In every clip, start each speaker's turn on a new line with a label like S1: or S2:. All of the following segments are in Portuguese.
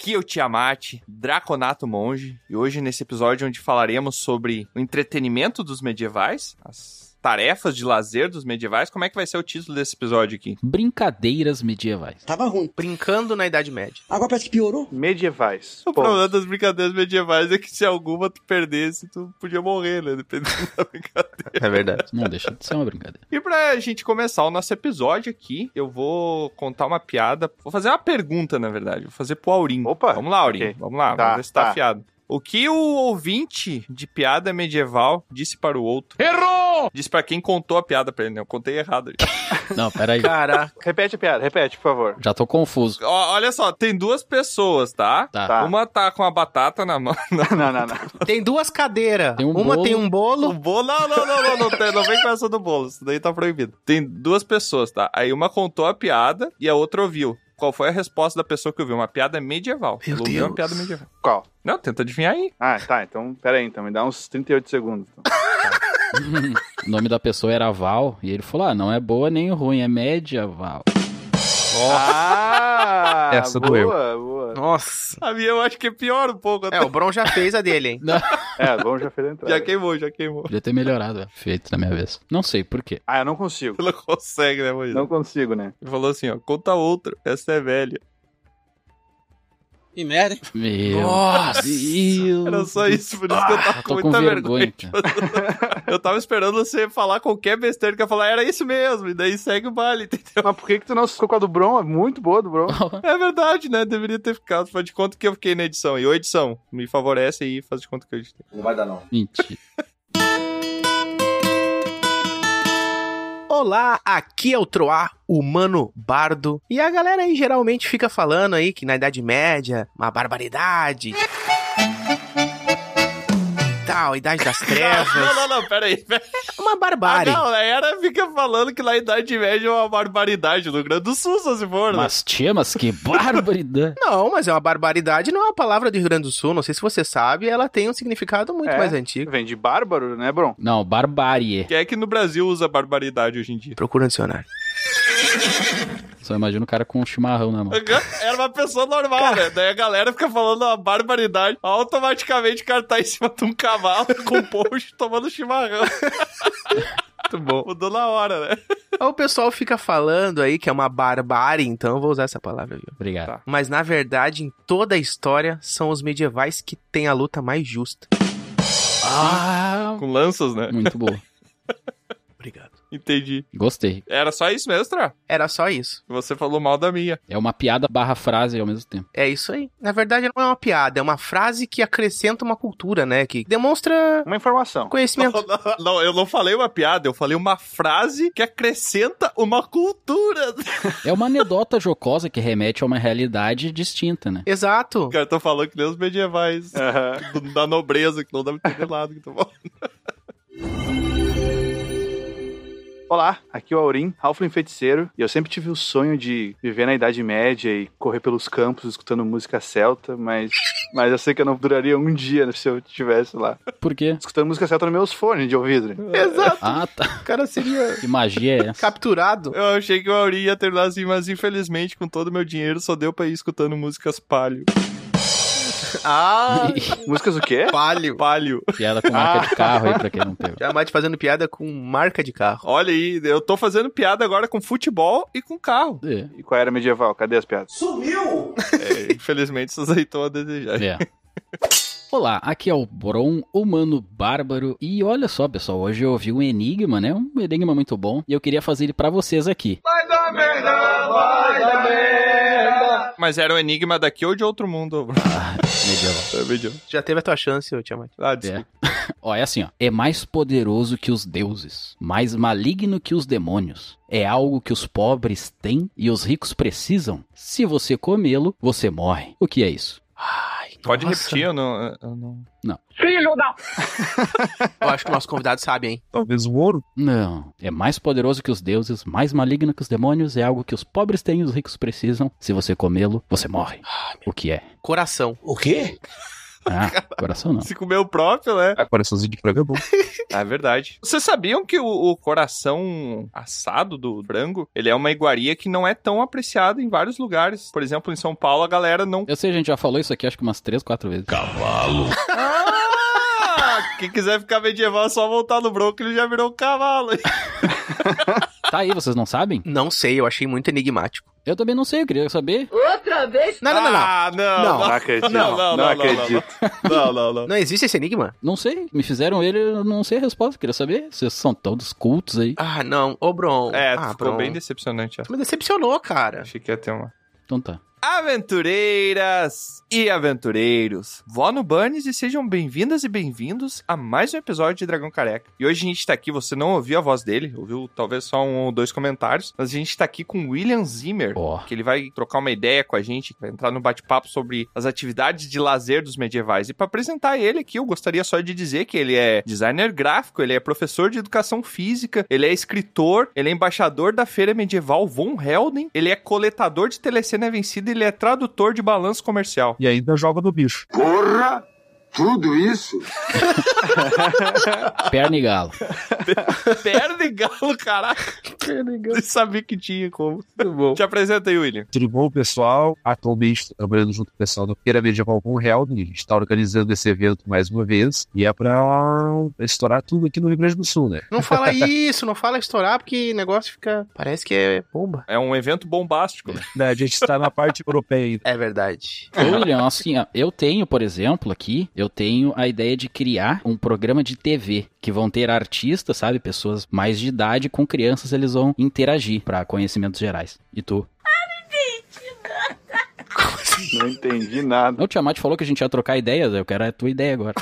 S1: Kio é Tiamat, Draconato Monge, e hoje nesse episódio onde falaremos sobre o entretenimento dos medievais, as tarefas de lazer dos medievais, como é que vai ser o título desse episódio aqui?
S2: Brincadeiras medievais.
S3: Tava ruim.
S4: Brincando na Idade Média.
S3: Agora parece que piorou.
S5: Medievais.
S1: O problema das brincadeiras medievais é que se alguma tu perdesse, tu podia morrer, né? Dependendo da brincadeira.
S4: É verdade.
S2: Não deixa de ser uma brincadeira.
S1: E pra gente começar o nosso episódio aqui, eu vou contar uma piada. Vou fazer uma pergunta, na verdade. Vou fazer pro Aurim.
S5: Opa!
S1: Vamos lá, Aurim.
S5: Ok.
S1: Vamos lá,
S5: Tá,
S1: vamos ver se tá,
S5: tá.
S1: afiado. O que o ouvinte de piada medieval disse para o outro?
S4: Oh.
S1: Errou! Disse para quem contou a piada pra ele, né? Eu contei errado.
S2: Não, peraí.
S4: Caraca.
S5: Repete a piada, repete, por favor.
S2: Já tô confuso.
S1: Ó, olha só, tem duas pessoas, tá?
S2: Tá.
S5: Tá.
S1: Uma tá com a batata na mão.
S5: Não, não, não.
S4: Tem duas cadeiras.
S2: Tem um
S4: Uma
S2: bolo.
S4: tem um
S1: O
S4: bolo.
S1: bolo, não, não, não, não, não, tem- não vem com essa do bolo, isso daí tá proibido. Tem duas pessoas, tá? Aí uma contou a piada e a outra ouviu. Qual foi a resposta da pessoa que ouviu? Uma piada medieval.
S4: Meu
S1: Ela ouviu
S4: Deus.
S1: uma piada medieval.
S5: Qual?
S1: Não, tenta adivinhar aí.
S5: Ah, tá, então, pera aí, então, me dá uns 38 segundos. então.
S2: O nome da pessoa era Val, e ele falou: ah, não é boa nem ruim, é média Val.
S5: Ah,
S6: Essa
S5: boa,
S6: doeu.
S5: boa.
S4: Nossa.
S1: A minha eu acho que é pior um pouco. Até.
S4: É, o Bron já fez a dele, hein?
S5: É, bom, já fez a entrada.
S1: Já queimou, já queimou.
S2: Podia ter melhorado, é. feito na minha vez. Não sei por quê.
S5: Ah, eu não consigo.
S1: Ela consegue, né, Moisés?
S5: Não consigo, né?
S1: Ele falou assim, ó, conta outra, essa é velha.
S3: Que merda.
S2: Meu
S4: Nossa.
S2: Deus.
S1: Era só isso, por isso que eu
S2: Eu
S1: tava com
S2: Ah, tô com
S1: muita vergonha.
S2: vergonha. cara.
S1: Eu tava esperando você falar qualquer besteira que eu ia falar, era isso mesmo, e daí segue o baile, entendeu?
S5: Mas por que que tu não ficou com a do Bron? É muito boa a do Bron.
S1: É verdade, né? Deveria ter ficado. Faz de conta que eu fiquei na edição. E ô, edição, me favorece aí, faz de conta que eu editei.
S2: Mentira.
S4: Olá, aqui é o Troá, humano bardo. E a galera aí geralmente fica falando aí que na Idade Média, uma barbaridade. Tal, Idade das
S1: Não,
S4: Trevas. Ah,
S1: não, não, peraí. peraí.
S4: Uma
S1: A
S4: barbárie.
S1: galera fica falando que lá na Idade Média é uma barbaridade. No Rio Grande do Sul, só se for, né?
S2: Mas tia, mas que né? barbaridade.
S4: Não, mas é uma barbaridade, não é uma palavra do Rio Grande do Sul, não sei se você sabe, ela tem um significado muito
S5: É.
S4: mais antigo.
S5: Vem de bárbaro, né, Bron?
S2: Não, barbárie.
S1: Quem é que no Brasil usa barbaridade hoje em dia?
S4: Procura um dicionário.
S2: Só imagina o cara com um chimarrão na mão.
S1: Era uma pessoa normal, né? Daí a galera fica falando uma barbaridade. Automaticamente o cara tá em cima de um cavalo com um poncho tomando chimarrão. Muito bom. Mudou na hora, né?
S4: Aí o pessoal fica falando aí que é uma barbárie, então eu vou usar essa palavra, viu?
S2: Obrigado.
S1: Tá.
S4: Mas na verdade, em toda a história, são os medievais que têm a luta mais justa.
S2: Ah,
S1: Com lanças, né?
S2: muito boa.
S4: Obrigado.
S1: Entendi.
S2: Gostei.
S1: Era só isso mesmo, Tra?
S4: Era só isso.
S1: Você falou mal da minha.
S2: É uma piada barra frase ao mesmo tempo.
S4: É isso aí. Na verdade, não é uma piada, é uma frase que acrescenta uma cultura, né? Que demonstra
S5: Uma informação.
S4: conhecimento.
S1: Não, não, eu não falei uma piada, eu falei uma frase que acrescenta uma cultura.
S2: É uma anedota jocosa que remete a uma realidade distinta, né?
S4: Exato.
S1: O cara tá falando que nem os medievais
S5: Aham.
S1: do- da nobreza, que não dá pra entender nada. Que tá bom.
S5: Olá, aqui é o Aurim, Halfling Feiticeiro, e eu sempre tive o sonho de viver na Idade Média e correr pelos campos escutando música celta, mas, mas eu sei que eu não duraria um dia se eu estivesse lá.
S2: Por quê?
S5: Escutando música celta nos meus fones de ouvido. né?
S4: Exato.
S2: Ah, tá.
S4: O cara seria
S2: Que magia é essa?
S4: capturado.
S1: Eu achei que o Auri ia terminar assim, mas infelizmente, com todo o meu dinheiro, só deu pra ir escutando músicas palio.
S4: Ah,
S5: Músicas o quê?
S4: palio.
S1: Palio.
S2: Piada com marca de carro aí pra quem não pegou.
S4: Já Mate fazendo piada com marca de carro.
S1: Olha aí, eu tô fazendo piada agora com futebol e com carro.
S2: É.
S5: E qual era medieval? Cadê as piadas?
S1: É, infelizmente, vocês aí estão a desejar.
S2: É. Olá, aqui é o Bron, humano bárbaro. E olha só, pessoal, hoje eu ouvi um enigma, né? Um enigma muito bom. E eu queria fazer ele pra vocês aqui.
S1: Mas era um enigma daqui ou de outro mundo, Bruno?
S2: Medieval.
S1: É, medieval.
S4: Já teve a tua chance, ô Tiamat.
S1: Ah, desculpa.
S2: Ó, é assim, ó. É mais poderoso que os deuses, mais maligno que os demônios. É algo que os pobres têm e os ricos precisam. Se você comê-lo, você morre. O que é isso?
S4: Ai,
S1: Pode
S4: nossa.
S1: repetir, eu não. Eu não...
S4: Eu acho que o nosso convidado sabe, hein?
S6: Talvez um ouro?
S2: Não. É mais poderoso que os deuses, mais maligno que os demônios. É algo que os pobres têm e os ricos precisam. Se você comê-lo, você morre. O que é?
S4: Coração.
S3: O quê?
S2: Ah, coração não.
S1: Se comer o próprio, né?
S6: Ah, coraçãozinho de frango é bom.
S1: É verdade. Vocês sabiam que o, o coração assado do frango, ele é uma iguaria que não é tão apreciada em vários lugares. Por exemplo, em São Paulo, a galera não...
S2: Eu sei, a gente já falou isso aqui acho que umas três, quatro vezes.
S1: Ah, quem quiser ficar medieval é só voltar no bronco, ele já virou um cavalo.
S2: Tá aí, vocês não sabem?
S4: Não sei, eu achei muito enigmático.
S2: Eu também não sei, eu queria saber.
S4: Não, não, não, não.
S1: Ah, não,
S4: Não.
S5: Não acredito.
S1: Não, não, não,
S5: acredito.
S1: Não, não, não.
S4: Não existe esse enigma?
S2: Não sei, me fizeram ele, eu não sei a resposta, eu queria saber. Vocês são todos cultos aí.
S4: Ah, não. Ô, Bron.
S1: É,
S4: ah,
S1: ficou
S4: Bron.
S1: bem decepcionante. essa.
S4: Me decepcionou, cara.
S1: Achei que ia ter uma...
S2: Então tá.
S1: Aventureiras e aventureiros, vó no Burns e sejam bem-vindas e bem-vindos a mais um episódio de Dragão Careca. E hoje a gente tá aqui, você não ouviu a voz dele, ouviu talvez só um ou dois comentários, mas a gente tá aqui com o William Zimmer,
S2: Ó.
S1: que ele vai trocar uma ideia com a gente, vai entrar no bate-papo sobre as atividades de lazer dos medievais. E pra apresentar ele aqui, eu gostaria só de dizer que ele é designer gráfico, ele é professor de educação física, ele é escritor, ele é embaixador da feira medieval Von Helden, ele é coletador de telecena vencida, e ele é tradutor de balanço comercial.
S6: E ainda joga no bicho.
S2: Perna e galo.
S1: Perna e galo, caraca. Perna e galo. Nem sabia que tinha como. Muito bom. Te apresenta aí, William.
S6: Tudo bom, pessoal? Atualmente estou trabalhando junto com o pessoal da Feira Medieval com Real. A gente está organizando esse evento mais uma vez. E é pra estourar tudo aqui no Rio Grande do Sul, né?
S4: Não fala isso, não fala estourar, porque o negócio fica. Parece que é bomba.
S1: É um evento bombástico. né?
S6: Né, A gente está na parte europeia ainda.
S4: É verdade.
S2: Ô, William, assim, ó, eu tenho, por exemplo, aqui, eu tenho a ideia de criar um programa de TV que vão ter artistas, sabe, pessoas mais de idade com crianças, eles vão interagir pra conhecimentos gerais. E tu?
S5: Não entendi nada.
S2: O Tiamat falou que a gente ia trocar ideias, eu quero a tua ideia agora.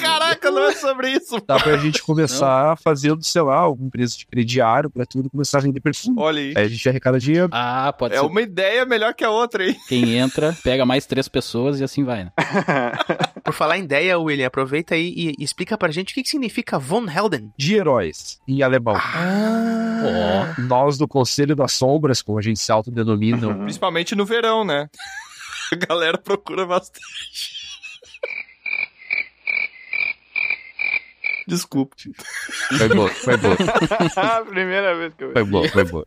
S1: Caraca, não é sobre isso.
S6: Dá Tá pra gente começar fazendo, sei lá, alguma empresa de crediário pra tudo começar a vender perfume.
S1: Olha aí.
S6: Aí a gente arrecada dinheiro.
S2: Ah, pode
S1: É
S2: ser.
S1: uma ideia melhor que a outra, hein?
S2: Quem entra, pega mais três pessoas e assim vai, né?
S4: Por falar em ideia, William, aproveita aí e e explica pra gente o que, que significa Von Helden.
S6: De heróis, em alemão.
S4: Ah.
S6: Nós do Conselho das Sombras, como a gente se autodenomina,
S5: Uhum.
S1: Principalmente no verão, né? A galera procura bastante. Desculpa.
S6: foi boa, foi boa,
S5: Primeira vez que eu
S6: foi boa, foi boa.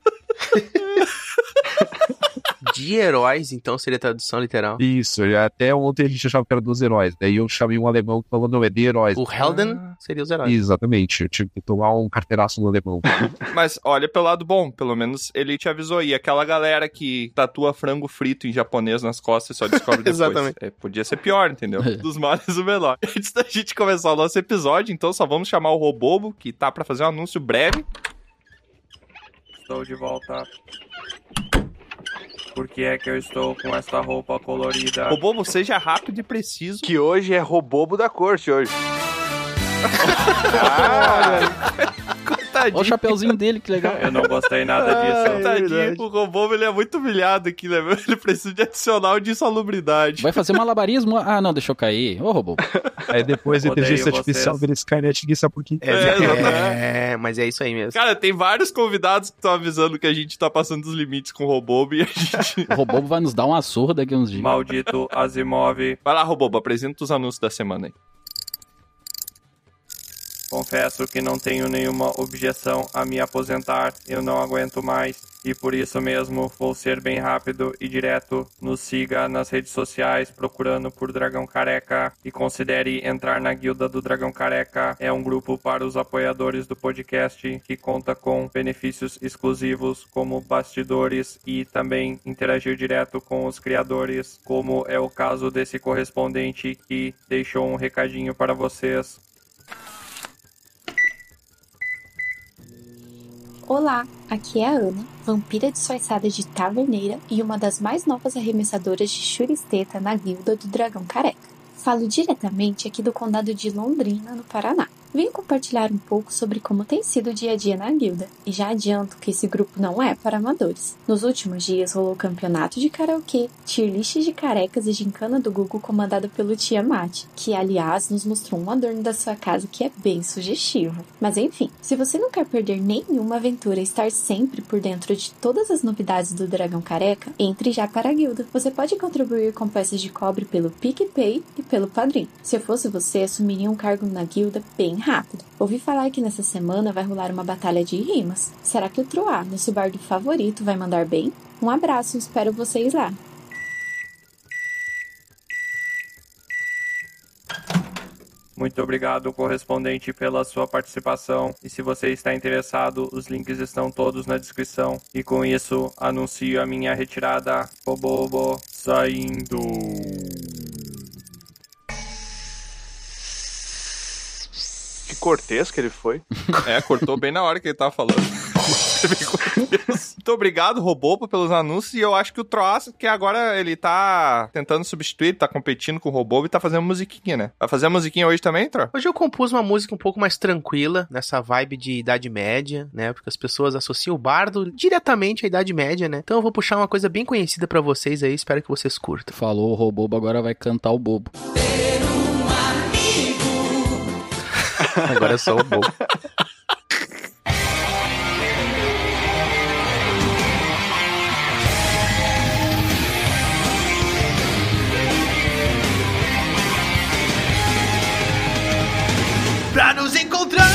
S4: De heróis, então, seria a tradução literal.
S6: Isso, e até ontem a gente achava que era dos heróis. Daí eu chamei um alemão que falou, não, é de heróis.
S4: O Helden seria os heróis.
S6: Exatamente, eu tive que tomar um carteiraço no alemão.
S1: Mas olha pelo lado bom, pelo menos ele te avisou aí. Aquela galera que tatua frango frito em japonês nas costas e só descobre depois.
S4: Exatamente.
S1: É, podia ser pior, entendeu? Dos males, o melhor. Antes da gente começar o nosso episódio, então só vamos chamar o Robobo, que tá pra fazer um anúncio breve.
S7: estou de volta. Por que é que eu estou com essa roupa colorida?
S1: Robobo, seja rápido e preciso.
S5: Que hoje é robobo da corte hoje.
S2: Olha o
S1: Coitadinho.
S2: chapeuzinho dele, que legal.
S7: Eu não gostei nada disso.
S1: Coitadinho, o Robobo ele é muito humilhado aqui, né? meu? Ele precisa de adicional de insalubridade.
S2: Vai fazer malabarismo? Ah, não, deixou cair. Ô, robô.
S6: Aí depois a
S7: Odeio
S6: inteligência
S7: vocês.
S6: artificial vira Skynet, ninguém sabe por quê.
S4: É, mas é isso aí mesmo.
S1: Cara, tem vários convidados que estão avisando que a gente tá passando os limites com o Robobo e a gente.
S2: O robô vai nos dar uma surra daqui a uns dias.
S7: Maldito Asimov.
S1: Vai lá, Robobo, apresenta os anúncios da semana aí.
S7: Confesso que não tenho nenhuma objeção a me aposentar. Eu não aguento mais. E por isso mesmo vou ser bem rápido e direto. Nos siga nas redes sociais procurando por Dragão Careca e considere entrar na Guilda do Dragão Careca. É um grupo para os apoiadores do podcast que conta com benefícios exclusivos como bastidores e também interagir direto com os criadores, como é o caso desse correspondente que deixou um recadinho para vocês.
S8: Olá, aqui é a Ana, vampira disfarçada de taverneira e uma das mais novas arremessadoras de churisteta na guilda do Dragão Careca. Falo diretamente aqui do condado de Londrina, no Paraná. Vim compartilhar um pouco sobre como tem sido o dia a dia na guilda, e já adianto que esse grupo não é para amadores. Nos últimos dias rolou campeonato de karaokê, tier list de carecas e gincana do Google comandada pelo Tiamat, que aliás nos mostrou um adorno da sua casa que é bem sugestivo. Mas enfim, se você não quer perder nenhuma aventura e estar sempre por dentro de todas as novidades do Dragão Careca, entre já para a guilda. Você pode contribuir com peças de cobre pelo PicPay e pelo Padrim. Se eu fosse você, assumiria um cargo na guilda bem rápido. Ouvi falar que nessa semana vai rolar uma batalha de rimas. Será que o Troá, nosso bardo favorito, vai mandar bem? Um abraço, espero vocês lá.
S7: Muito obrigado, correspondente, pela sua participação. E se você está interessado, os links estão todos na descrição. E com isso, anuncio a minha retirada. Bobobo, saindo.
S5: Que cortês que ele foi.
S1: É, cortou bem na hora que ele tava falando. Muito obrigado, Robopo, pelos anúncios. E eu acho que o Troas, que agora ele tá tentando substituir, tá competindo com o Robobo e tá fazendo musiquinha, né? Vai fazer a musiquinha hoje também, Tro?
S4: Hoje eu compus uma música um pouco mais tranquila, nessa vibe de Idade Média, né? Porque as pessoas associam o bardo diretamente à Idade Média, né? Então eu vou puxar uma coisa bem conhecida pra vocês aí, espero que vocês curtam.
S2: Falou o Robobo, agora vai cantar o bobo.
S4: Agora é só o bobo.
S9: Pra nos encontrar,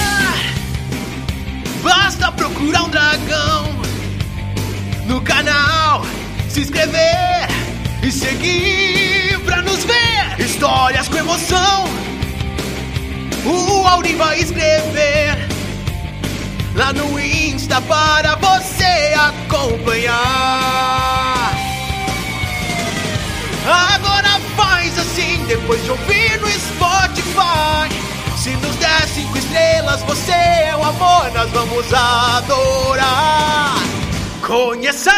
S9: basta procurar um dragão no canal, se inscrever e seguir pra nos ver histórias com emoção. O Aurim vai escrever lá no Insta para você acompanhar. Agora faz assim, depois de ouvir no Spotify. Se nos der cinco estrelas, você é o amor, nós vamos adorar. Conheça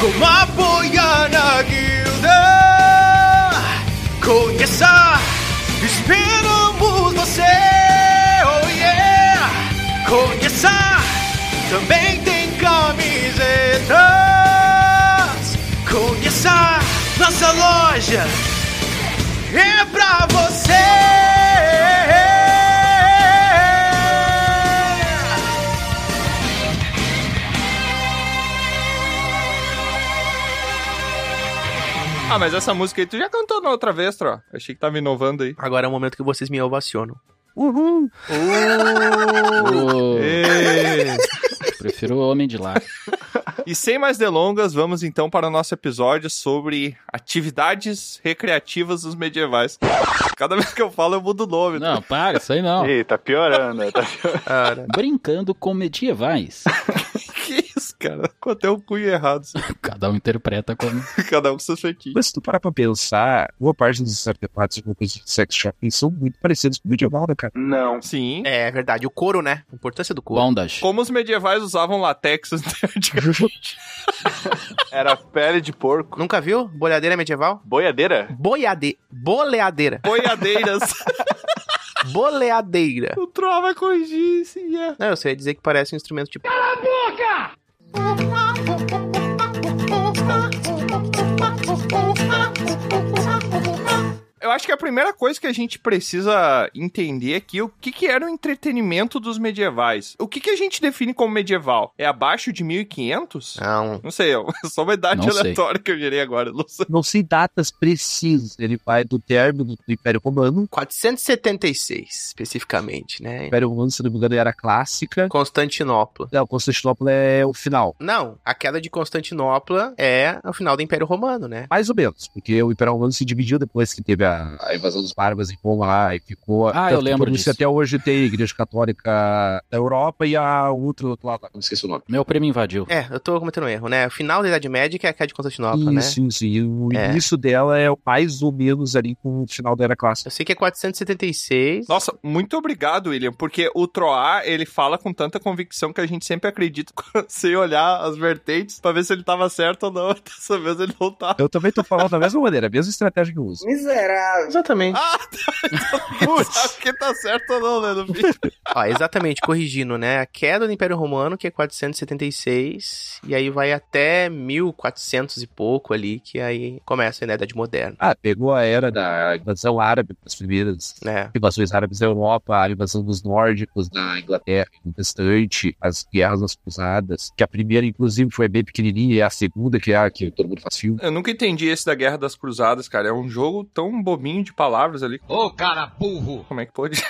S9: como apoiar na guilda. Conheça, esperamos você. Oh yeah. Conheça, também tem camisetas. Conheça é nossa loja é pra você.
S1: Ah, mas essa música aí tu já cantou na outra vez, Tro. Eu achei que tava inovando aí.
S4: Agora é o momento que vocês me ovacionam.
S2: Ô,
S1: Ê!
S2: prefiro o homem de lá.
S1: E sem mais delongas, vamos então para o nosso episódio sobre atividades recreativas dos medievais. Cada vez que eu falo, eu mudo o nome.
S2: Não, para, isso aí não.
S5: Ih, tá piorando. Tá...
S4: Cara,
S2: Brincando com medievais.
S1: Que isso, cara? Com até o cunho errado. assim.
S2: Cada um interpreta como.
S1: Cada um com seus feitiços.
S6: Mas se tu parar pra pensar, boa parte dos artefatos e roupas de sex shopping são muito parecidos com o medieval, né, cara?
S5: Não.
S1: Sim.
S4: é verdade. O couro, né? A importância do couro.
S2: Bondage.
S1: Como os medievais usavam latex antigamente.
S5: Era pele de porco.
S4: Nunca viu? Boiadeira medieval?
S5: Boiadeira?
S4: Boiade... Boleadeira.
S1: Boiadeiras.
S4: Boleadeira.
S1: o Troll vai corrigir, sim, é.
S4: Não, eu sei dizer que parece um instrumento tipo...
S1: Eu acho que a primeira coisa que a gente precisa entender aqui é o que, que era o entretenimento dos medievais. O que, que a gente define como medieval? É abaixo de 1500?
S4: Não.
S1: Não sei, é só uma idade
S2: Não sei.
S1: aleatória que eu girei agora. Não sei.
S6: Não sei datas precisas. Ele vai do término do Império Romano.
S4: 476, especificamente,
S6: O
S4: né?
S6: Império Romano, se não me engano, era clássica.
S4: Constantinopla.
S6: Não, Constantinopla é o final.
S4: Não, a queda de Constantinopla é o final do Império Romano, né?
S6: Mais ou menos, porque o Império Romano se dividiu depois que teve a, a invasão dos bárbaros em Roma lá e ficou.
S2: Ah, eu
S6: que
S2: lembro
S6: por isso
S2: disso.
S6: Até hoje tem a Igreja Católica da Europa e a outra do outro lado, lá, que eu esqueci o nome.
S2: Meu primo invadiu.
S4: É, eu tô cometendo um erro, né? O final da Idade Média que é a queda de Constantinopla, né?
S6: isso, isso. E o
S4: É.
S6: início dela é mais ou menos ali com o final da Era Clássica.
S4: Eu sei que é 476.
S1: Nossa, muito obrigado, William, porque o Troar, ele fala com tanta convicção que a gente sempre acredita sem olhar as vertentes pra ver se ele tava certo ou não. Dessa vez ele não tá.
S6: Eu também tô falando da mesma maneira, a mesma estratégia que eu uso.
S3: Miserável.
S4: Exatamente.
S10: Sabe que tá certo ou não, né? No vídeo.
S4: Ó, exatamente, corrigindo, né? A queda do Império Romano, que é 476, e aí vai até 1400 e pouco ali, que aí começa né, a Idade Moderna.
S6: Ah, pegou a era da invasão árabe, as primeiras
S4: né?
S6: invasões árabes da Europa, a invasão dos nórdicos da Inglaterra protestante, as guerras nas cruzadas, que a primeira, inclusive, foi bem pequenininha, e a segunda, que é a que todo mundo faz filme.
S1: Eu nunca entendi esse da Guerra das Cruzadas, cara. É um jogo tão bobinho de palavras ali. Ô, cara burro! Como é que pode,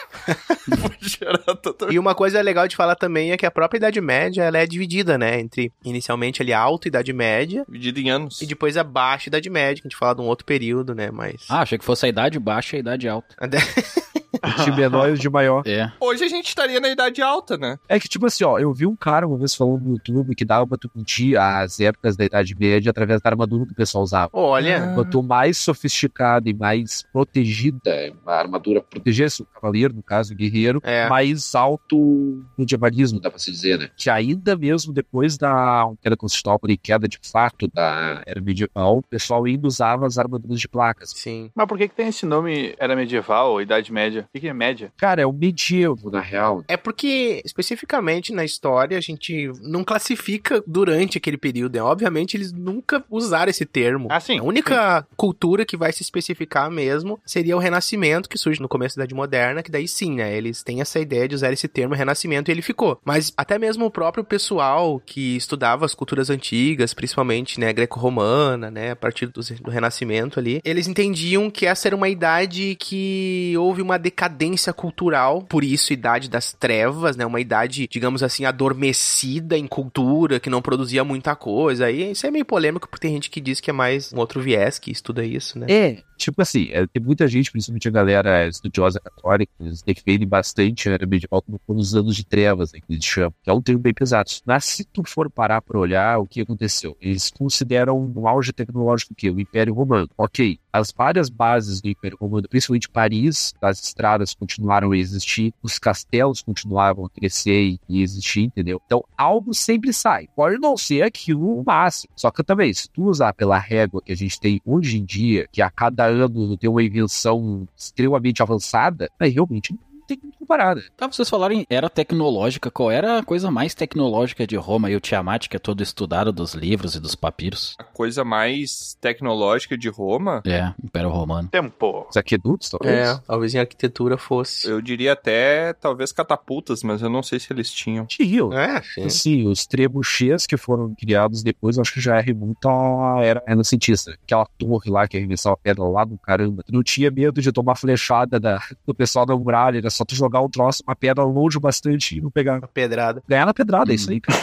S1: pode gerar tanta...
S4: E uma coisa legal de falar também é que a própria Idade Média ela é dividida, né? Entre inicialmente ali a alta Idade Média
S1: Dividido em anos.
S4: e depois a baixa Idade Média, que a gente fala de um outro período, né? Mas.
S2: Ah, achei que fosse a idade baixa e a idade alta.
S6: O de menor e o de maior.
S2: É.
S1: Hoje a gente estaria na idade alta, né?
S6: É que, tipo assim, ó, eu vi um cara uma vez falando no YouTube que dava pra tu medir as épocas da Idade Média através da armadura que o pessoal usava. É,
S4: Olha,
S6: Quanto mais sofisticada e mais protegida é, a armadura protegesse o cavaleiro, no caso, o guerreiro,
S4: É.
S6: mais alto no diabalismo, dá pra se dizer, né? Que ainda mesmo depois da queda Constantinopla e queda de fato da era medieval, o pessoal ainda usava as armaduras de placas.
S4: sim.
S5: Mas por que, que tem esse nome era medieval ou Idade Média? O que, que é média?
S6: Cara, é o medievo, na real.
S4: É porque, especificamente na história, a gente não classifica durante aquele período. Né? Obviamente, eles nunca usaram esse termo.
S5: Ah, sim.
S4: A É única cultura que vai se especificar mesmo seria o Renascimento, que surge no começo da Idade Moderna, que daí sim, né? Eles têm essa ideia de usar esse termo Renascimento e ele ficou. Mas até mesmo o próprio pessoal que estudava as culturas antigas, principalmente, né, greco-romana, né, a partir dos- do Renascimento ali, eles entendiam que essa era uma idade que houve uma decadência cultural, por isso, idade das trevas, né, uma idade, digamos assim, adormecida em cultura, que não produzia muita coisa. E isso é meio polêmico, porque tem gente que diz que é mais um outro viés que estuda isso, né?
S6: É, tipo assim, é, tem muita gente, principalmente a galera estudiosa católica, eles defendem bastante a era medieval como foram os anos de trevas, né, que eles chamam, que é um termo bem pesado. Mas se tu for parar pra olhar o que aconteceu, eles consideram um auge tecnológico o quê? O Império Romano. Ok, as várias bases do Império Romano, principalmente Paris, as estradas continuaram a existir, os castelos continuavam a crescer e- e existir, entendeu? Então, algo sempre sai. Pode não ser aquilo o máximo. Só que também, se tu usar pela régua que a gente tem hoje em dia, que a cada ano tem uma invenção extremamente avançada, aí realmente não tem como comparar, né?
S2: Tá, vocês falaram em era tecnológica. Qual era a coisa mais tecnológica de Roma? E o Tiamat, que é todo estudado dos livros e dos papiros.
S1: A coisa mais tecnológica de Roma,
S2: É, Império Romano.
S5: Tempo.
S6: Os aquedutos, talvez.
S4: É, talvez em arquitetura fosse.
S1: eu diria até, talvez, catapultas, mas eu não sei se eles tinham.
S6: Tinha,
S4: É, sim.
S6: Sim, os trebuchês que foram criados depois, eu acho que já remonta à era renascentista. Aquela torre lá que arremessava pedra lá do caramba. Tu não tinha medo de tomar flechada da- do pessoal da muralha, era só tu jogar um troço, uma pedra longe bastante e não pegar.
S4: Uma pedrada.
S6: Ganhar na pedrada, é isso aí, cara.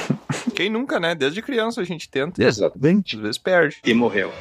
S1: Quem nunca, né? Desde criança a gente tenta.
S6: Exatamente.
S1: Às vezes perde.
S9: E morreu.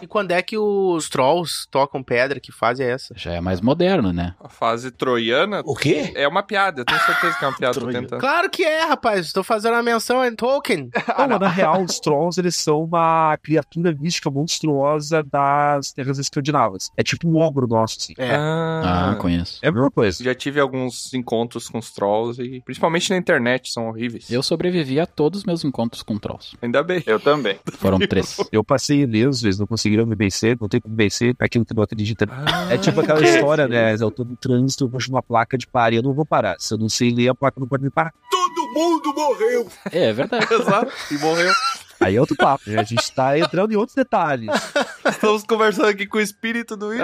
S4: E quando é que os trolls tocam pedra? Que fase é essa?
S2: Já é mais moderno, né?
S1: A fase troiana
S11: O quê?
S1: é uma piada. Eu tenho certeza que é uma piada. Tô tentando.
S4: Claro que é, rapaz. Estou fazendo uma menção em Tolkien.
S6: Não, mas na real, os Trolls, eles são uma criatura mística monstruosa das terras escandinavas. É tipo um ogro nosso, assim.
S4: É.
S1: Ah,
S2: Ah, conheço.
S6: É a mesma coisa.
S1: já tive alguns encontros com os trolls e principalmente na internet são horríveis.
S2: Eu sobrevivi a todos os meus encontros com trolls.
S1: Ainda bem.
S5: Eu também.
S2: Foram três.
S6: Eu passei ileso, eles não conseguiram me vencer, não tem como vencer, aquilo que não acredita
S1: Ah,
S6: É tipo aquela história, né? Eu tô no trânsito, eu vejo uma placa de pare, eu não vou parar. Se eu não sei ler, a placa não pode me parar.
S9: Todo mundo morreu.
S2: É, é verdade.
S1: Exato. E morreu.
S6: Aí é outro papo, né? A gente tá entrando em outros detalhes.
S1: Estamos conversando aqui com o espírito do Will.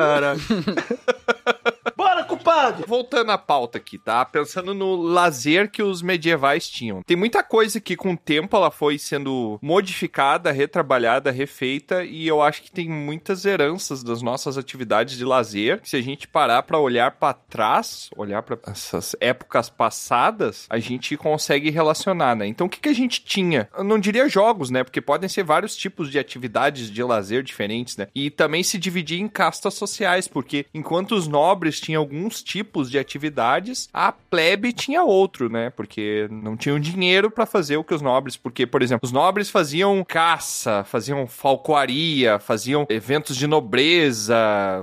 S9: Bora, culpado.
S1: Voltando à pauta aqui, tá? Pensando no lazer que os medievais tinham. Tem muita coisa que com o tempo ela foi sendo modificada, retrabalhada, refeita e eu acho que tem muitas heranças das nossas atividades de lazer. Se a gente parar pra olhar pra trás, olhar pra essas épocas passadas, a gente consegue relacionar, né? Então o que, que a gente tinha? Eu não diria jogos, né? Porque podem ser vários tipos de atividades de lazer diferentes, né? E também se dividir em castas sociais, porque enquanto os nobres tinham alguns tipos de atividades, a plebe tinha outro, né? Porque não tinham dinheiro pra fazer o que os nobres, porque, por exemplo, os nobres faziam caça, faziam falcoaria, faziam eventos de nobreza,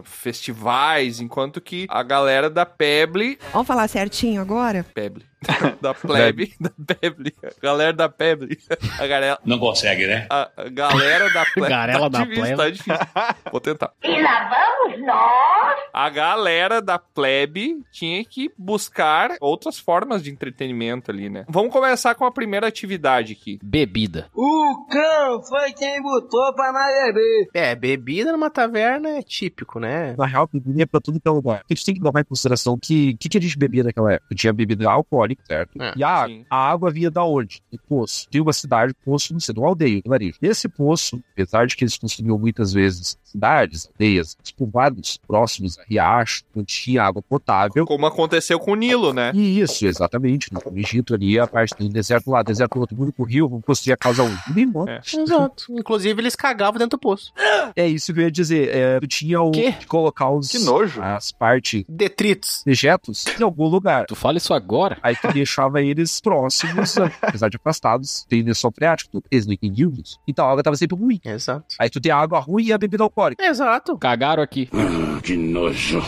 S1: festivais, enquanto que a galera da peble,
S12: Vamos falar certinho agora?
S1: peble, Da plebe. da peble. Galera da peble. A garela.
S13: Não consegue, né?
S1: A a galera da plebe.
S2: Garela
S1: tá
S2: da
S1: difícil,
S2: plebe.
S1: Tá difícil. Vou tentar.
S14: E lá vamos nós!
S1: A galera da plebe tinha que buscar outras formas de entretenimento ali, né? Vamos começar com a primeira atividade aqui.
S2: Bebida.
S9: O cão foi quem botou pra nós beber.
S4: É, bebida numa taverna é típico, né?
S6: Na real, bebia pra tudo que é lugar. A gente tem que tomar em consideração que o que, que a gente bebia naquela época? Tinha bebida alcoólica, certo?
S4: É,
S6: e a,
S1: sim.
S6: a água vinha da onde? Do poço. Tinha uma cidade, poço, não sei, de uma aldeia, um vilarejo. Esse poço, apesar de que eles consumiam muitas vezes cidades, aldeias, os povoados próximos a riacho, não tinha água potável.
S1: Como aconteceu com o Nilo, né?
S6: E isso, exatamente. No Egito ali, a parte do deserto lá, deserto outro, mundo com o rio, vamos construir a casa 1. Bem bom.
S1: É.
S4: Exato. Inclusive, eles cagavam dentro do poço.
S6: É isso que eu ia dizer. É, tu tinha o
S2: Quê?
S6: de colocar os,
S5: Que nojo.
S6: as partes
S4: Detritos.
S6: dejetos em algum lugar.
S2: Tu fala isso agora?
S6: Aí tu deixava eles próximos, né? apesar de afastados, tem lençol freático, tu- eles não entendiam isso. Então a água tava sempre ruim.
S4: Exato.
S6: Aí tu tem a água ruim e a bebida alcoólica.
S4: Exato.
S2: Cagaram aqui.
S13: Ah, Que nojo.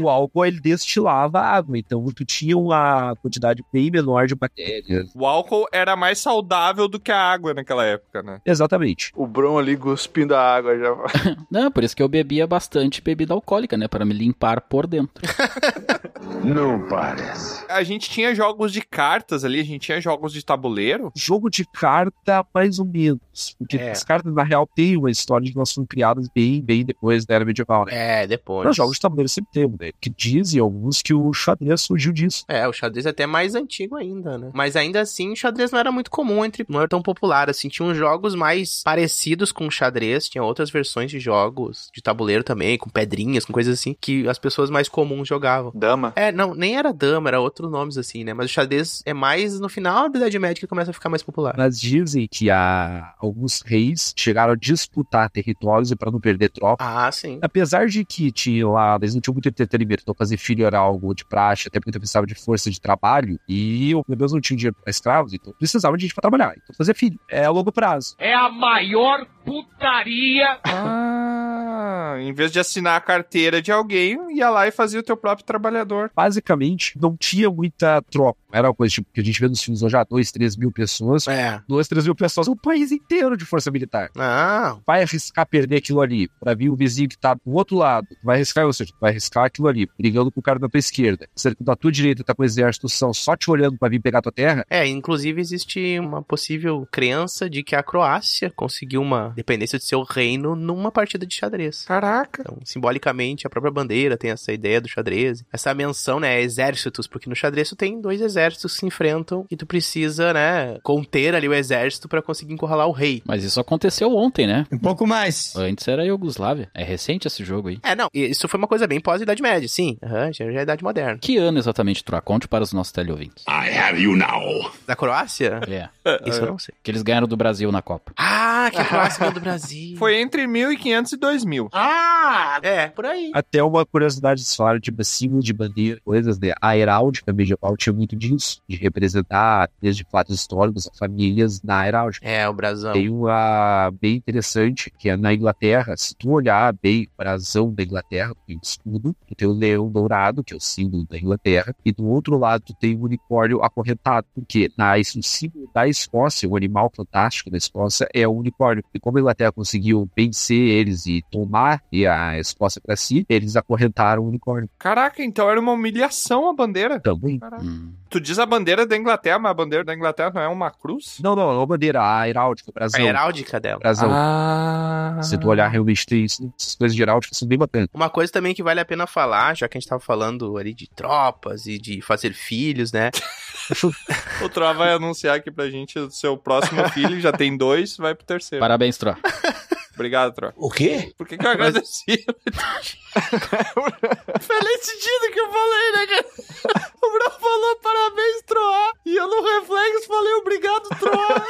S6: O álcool ele destilava a água, então tu tinha uma quantidade bem menor de
S4: É, né?
S6: bactérias.
S1: O álcool era mais saudável do que a água naquela época, né?
S6: Exatamente.
S5: O Bron ali cuspindo a água já.
S2: Não, por isso que eu bebia bastante bebida alcoólica, né? Para me limpar por dentro.
S13: Não parece.
S1: A gente tinha jogos de cartas ali, a gente tinha jogos de tabuleiro.
S6: Jogo de carta, mais ou menos. Porque
S4: É.
S6: as cartas, na real, tem uma história de que elas foram criadas bem, bem depois da era medieval, né?
S4: É, depois.
S6: Nos jogos de tabuleiro sempre tem, né? Que dizem alguns que o xadrez surgiu disso.
S4: É, o xadrez é até mais antigo ainda, né? Mas ainda assim, o xadrez não era muito comum entre. Não era tão popular, assim. Tinham jogos mais parecidos com o xadrez, tinha outras versões de jogos de tabuleiro também, com pedrinhas, com coisas assim, que as pessoas mais comuns jogavam.
S5: Dama.
S4: É, não, nem era dama, era outros nomes assim, né? Mas o xadrez é mais no final da Idade Média que começa a ficar mais popular.
S6: Mas dizem que há alguns reis chegaram a disputar territórios e para não perder tropa.
S4: Ah, sim.
S6: Apesar de que tinha lá, eles não tinham muito entretenimento, então fazer filho era algo de praxe, até porque tu precisava de força de trabalho, e os meus não tinham dinheiro para escravos, então precisavam de gente para trabalhar, então fazer filho. É a longo prazo.
S14: É a maior putaria!
S1: Ah, em vez de assinar a carteira de alguém, ia lá e fazia o teu próprio trabalhador.
S6: Basicamente, não tinha muita tropa. Era uma coisa tipo, que a gente vê nos filmes hoje, ah, 2, 3 mil pessoas.
S4: É.
S6: 2, 3 mil pessoas, um país inteiro de força militar.
S4: Ah,
S6: vai arriscar perder aquilo ali pra vir o vizinho que tá do outro lado, vai arriscar, ou seja, vai arriscar aquilo ali, brigando com o cara da tua esquerda. Sendo que da tua direita tá com o exército são só te olhando pra vir pegar tua terra,
S4: é, inclusive existe uma possível crença de que a Croácia conseguiu uma dependência de seu reino numa partida de xadrez.
S1: Caraca.
S4: Então, simbolicamente, a própria bandeira tem essa ideia do xadrez. Essa menção, né, a exércitos, porque no xadrez tu tem dois exércitos que se enfrentam e tu precisa, né, conter ali o exército pra conseguir encurralar o rei.
S2: Mas isso aconteceu ontem, né?
S13: Um pouco mais.
S2: Antes era Iugoslávia. É recente esse jogo aí.
S4: É, não, e isso foi uma coisa bem pós-Idade Média, sim. Aham, já já é Idade Moderna.
S2: Que ano exatamente, Troa? Conte para os nossos teleouvintes.
S13: I have you now.
S4: Da Croácia?
S2: É,
S4: Isso eu não sei.
S2: que eles ganharam do Brasil na Copa.
S4: Ah, que a Croácia veio do Brasil.
S1: Foi entre 1500 e 2000.
S14: Ah!
S4: É, por aí.
S6: até uma curiosidade eles falaram, tipo, símbolo de bandeira, coisas, né? A heráldica medieval tinha muito disso, de representar, desde fatos históricos, famílias na heráldica.
S4: É, o brasão.
S6: Tem uma bem interessante, que é na Inglaterra. Se tu olhar bem o brasão da Inglaterra, tem um escudo, tu tem o leão dourado, que é o símbolo da Inglaterra, e do outro lado tu tem o unicórnio acorrentado, porque na, o símbolo da Escócia, o animal fantástico da Escócia, é o unicórnio. E como a Inglaterra conseguiu vencer eles e tomar e a Escócia para si, eles acorrentaram o unicórnio
S1: Caraca, então era uma humilhação a bandeira.
S6: também.
S1: Caraca.
S2: Hum.
S1: Tu diz a bandeira da Inglaterra, mas a bandeira da Inglaterra não é uma cruz?
S6: Não, não, não a bandeira, a heráldica, o
S4: A
S6: brasão.
S4: heráldica dela.
S6: brasão.
S1: Ah.
S6: Se tu olhar realmente tem isso, essas coisas de heráldica são bem bacanas.
S4: Uma coisa também que vale a pena falar, já que a gente tava falando ali de tropas e de fazer filhos, né?
S1: O Troa vai anunciar aqui pra gente o seu próximo filho, já tem dois, vai pro terceiro.
S2: Parabéns, Troa.
S1: Obrigado, Troa.
S13: O quê?
S1: Por que, que eu agradeci? Feliz sentido que eu falei, né, cara? O Bruno falou parabéns, Troá. E eu no reflexo falei obrigado, Troá.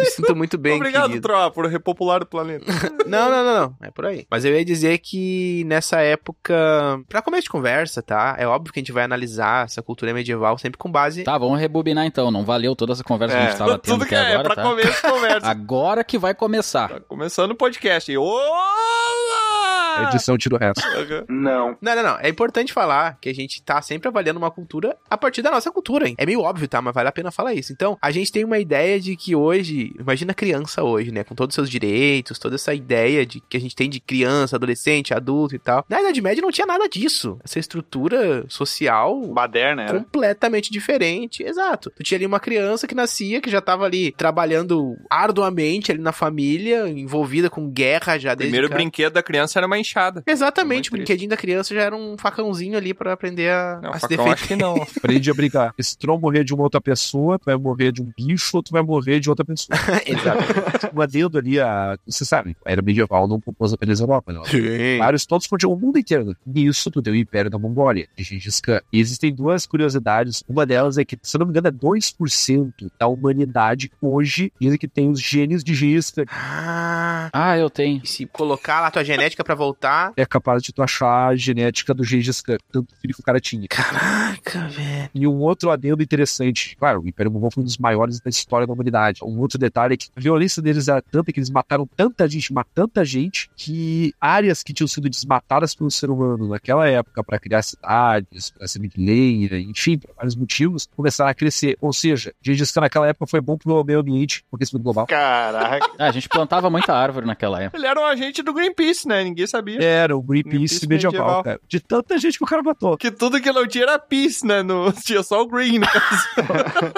S4: Me sinto muito bem,
S1: obrigado,
S4: querido.
S1: Troá, por repopular o planeta.
S4: Não, não, não, não. É por aí. Mas eu ia dizer que nessa época, pra começo de conversa, tá? É óbvio que a gente vai analisar essa cultura medieval sempre com base.
S2: Tá, vamos rebobinar então. Não valeu toda essa conversa que a
S5: É.
S2: gente tava tendo
S1: Tudo
S2: até
S1: que é,
S2: agora,
S1: pra
S2: tá? Ah.
S1: começo, conversa.
S2: Agora que vai começar.
S1: Tá começando o podcast. Olá!
S4: Ah.
S6: A edição tira o resto.
S5: Não.
S4: Não, não, não. É importante falar que a gente tá sempre avaliando uma cultura a partir da nossa cultura, hein? É meio óbvio, tá? Mas vale a pena falar isso. Então, a gente tem uma ideia de que hoje, imagina a criança hoje, né? Com todos os seus direitos, toda essa ideia de que a gente tem de criança, adolescente, adulto e tal. Na Idade Média não tinha nada disso. Essa estrutura social
S5: Baderna era.
S4: completamente diferente. Exato. Tu tinha ali uma criança que nascia, que já tava ali trabalhando arduamente ali na família, envolvida com guerra já desde
S1: Primeiro
S4: ca-
S1: brinquedo da criança era uma enxada.
S4: Exatamente,
S1: Muito
S4: o brinquedinho da criança já era um facãozinho ali pra aprender a,
S1: Não,
S4: a se
S1: facão
S4: defender.
S1: acho que não.
S6: Aprende a brigar. E se tu não morrer de uma outra pessoa, tu vai morrer de um bicho ou tu vai morrer de outra pessoa. Tá Exato. Adendo ali a. Você sabe, a era medieval não compôs apenas a Europa, né?
S4: Sim.
S6: Vários todos continham o mundo inteiro. né? Nisso, tu tem o Império da Mongólia, de Gengis Khan. E existem duas curiosidades. Uma delas é que, se eu não me engano, é 2% da humanidade hoje dizem que tem os genes de Gengis Khan.
S4: Ah,
S2: Ah, eu tenho.
S4: e se colocar lá tua genética pra voltar.
S6: É capaz de tu achar a genética do Gengis Khan, tanto filho que o cara tinha.
S4: Caraca, velho.
S6: E um outro adendo interessante. Claro, o Império Mongol foi um dos maiores da história da humanidade. Um outro detalhe é que a violência deles era tanta que eles mataram tanta gente, mas tanta gente, que áreas que tinham sido desmatadas pelo ser humano naquela época para criar cidades, para ser lenha, enfim, por vários motivos, começaram a crescer. Ou seja, Gengis Khan naquela época foi bom pro meio ambiente, porque isso global.
S5: Caraca.
S2: Ah, a gente plantava muita árvore naquela época.
S1: Ele era um agente do Greenpeace, né? Ninguém sabia.
S6: Era o Greenpeace
S1: Greenpeace
S6: medieval,
S1: medieval.
S6: cara. De tanta gente que o cara matou.
S1: Que tudo que não tinha era peace, né? No... Tinha só o green, no caso.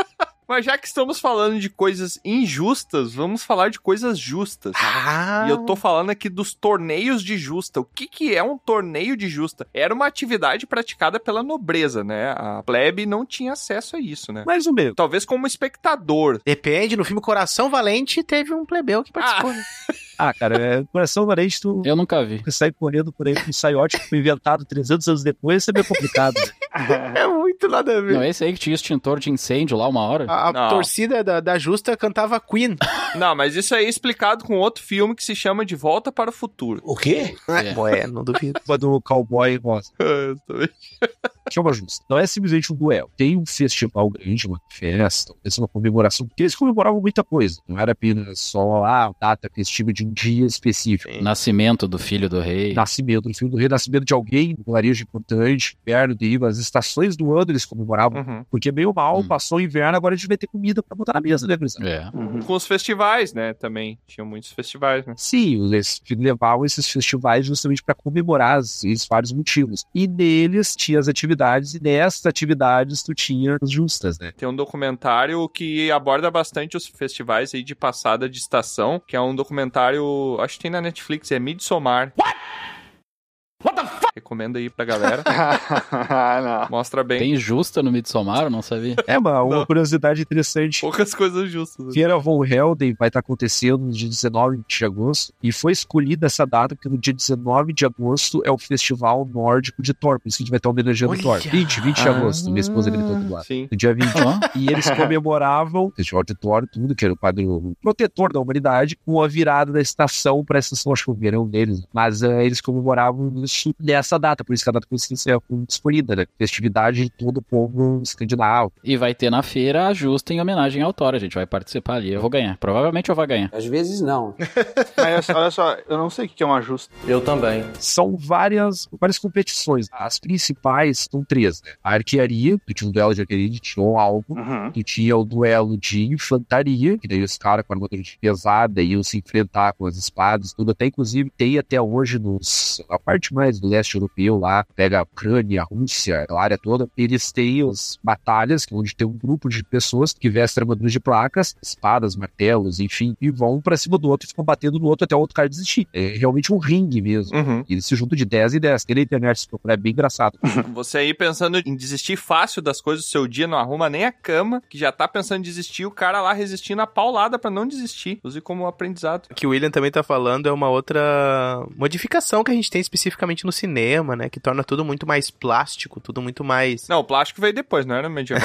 S1: Mas já que estamos falando de coisas injustas, vamos falar de coisas justas.
S4: Ah,
S1: E eu tô falando aqui dos torneios de justa. O que que é um torneio de justa? Era uma atividade praticada pela nobreza, né? A plebe não tinha acesso a isso, né?
S6: Mais um meio.
S1: Talvez como espectador.
S4: Depende, no filme Coração Valente teve um plebeu que participou. né?
S6: Ah, cara, é, coração valente, tu
S2: Eu nunca vi.
S6: Porque sair correndo por aí com um saiote que foi inventado 300 anos depois, isso é meio complicado. né?
S4: É muito nada a ver.
S2: Não, esse aí que tinha extintor de incêndio lá uma hora.
S4: A, a
S1: Não.
S4: torcida da, da Justa cantava Queen.
S1: Não, mas isso aí é explicado com outro filme que se chama De Volta para o Futuro.
S14: O quê?
S2: É.
S4: Bom, é, não duvido.
S6: Uma do cowboy rosa,
S1: Exatamente.
S6: que é uma justa. Não é simplesmente um duelo. Tem um festival grande, uma festa, talvez uma comemoração, porque eles comemoravam muita coisa. Não era apenas só ah, data festiva de um dia específico.
S2: Nascimento do filho do rei.
S6: Nascimento do filho do rei, nascimento de alguém, um larejo importante, inverno, deriva, as estações do ano eles comemoravam.
S1: Uhum.
S6: Porque meio mal,
S2: Hum.
S6: passou o inverno, agora a gente vai ter comida pra botar na mesa, né, Cris?
S2: É.
S5: Uhum.
S1: Com os festivais, né? Também. Tinha muitos festivais, né?
S6: Sim, eles levavam esses festivais justamente para comemorar esses- esses vários motivos. E neles tinha as atividades, e nessas atividades tu tinha as justas, né?
S1: Tem um documentário que aborda bastante os festivais aí de passada de estação, que é um documentário, acho que tem na Netflix, é Midsommar. What? What the fuck? Recomendo aí pra galera.
S5: ah, não.
S1: Mostra bem
S2: Tem justa no Midsommar, eu não sabia.
S6: É uma, uma
S1: Não.
S6: curiosidade interessante.
S1: poucas coisas justas. assim.
S6: Feira Von Helden vai estar acontecendo no dia 19 de agosto, e foi escolhida essa data porque no dia 19 de agosto é o Festival Nórdico de Thor, por isso que a gente vai estar homenageando
S4: Olha!
S6: Thor. 20, 20 de agosto, minha esposa gritou do lado.
S1: Sim.
S6: No dia 20.
S2: Ó,
S6: E eles comemoravam o festival de Thor, tudo que era o padrão protetor da humanidade, com a virada da estação para essa estação, acho que o verão deles. Mas eh, eles comemoravam isso nessa data, por isso que a data consciência foi escolhida, né? Festividade de todo o povo escandinavo.
S2: E vai ter na feira a justa em homenagem ao Thor. A gente vai participar ali. Eu vou ganhar. Provavelmente eu vou ganhar.
S3: Às vezes não.
S5: Mas olha só, eu não sei o que é um ajuste.
S3: Eu também.
S6: São várias, várias competições. As principais são três, né? A arquearia, que tinha um duelo de arquearia, que tinha um alvo.
S5: Uhum.
S6: que tinha o duelo de infantaria, que daí os caras com a armadura de pesada iam se enfrentar com as espadas, tudo. Até inclusive tem até hoje nos, a parte mais do leste europeu lá, pega a Ucrânia, a Rússia, aquela área toda, eles têm as batalhas, que é onde tem um grupo de pessoas que vestem armaduras de placas, espadas, martelos, enfim, e vão pra cima do outro e ficam batendo no outro até o outro cara desistir. É realmente um ringue mesmo.
S1: Uhum.
S6: E Eles se juntam de 10 em 10. Tem na internet, se procurar, é bem engraçado.
S1: Você aí pensando em desistir fácil das coisas do seu dia, não arruma nem a cama, que já tá pensando em desistir, o cara lá resistindo a paulada pra não desistir. Use como aprendizado.
S4: O que o William também tá falando é uma outra modificação que a gente tem especificamente no cinema, né? Que torna tudo muito mais plástico, tudo muito mais.
S1: Não, o plástico veio depois, não era medieval.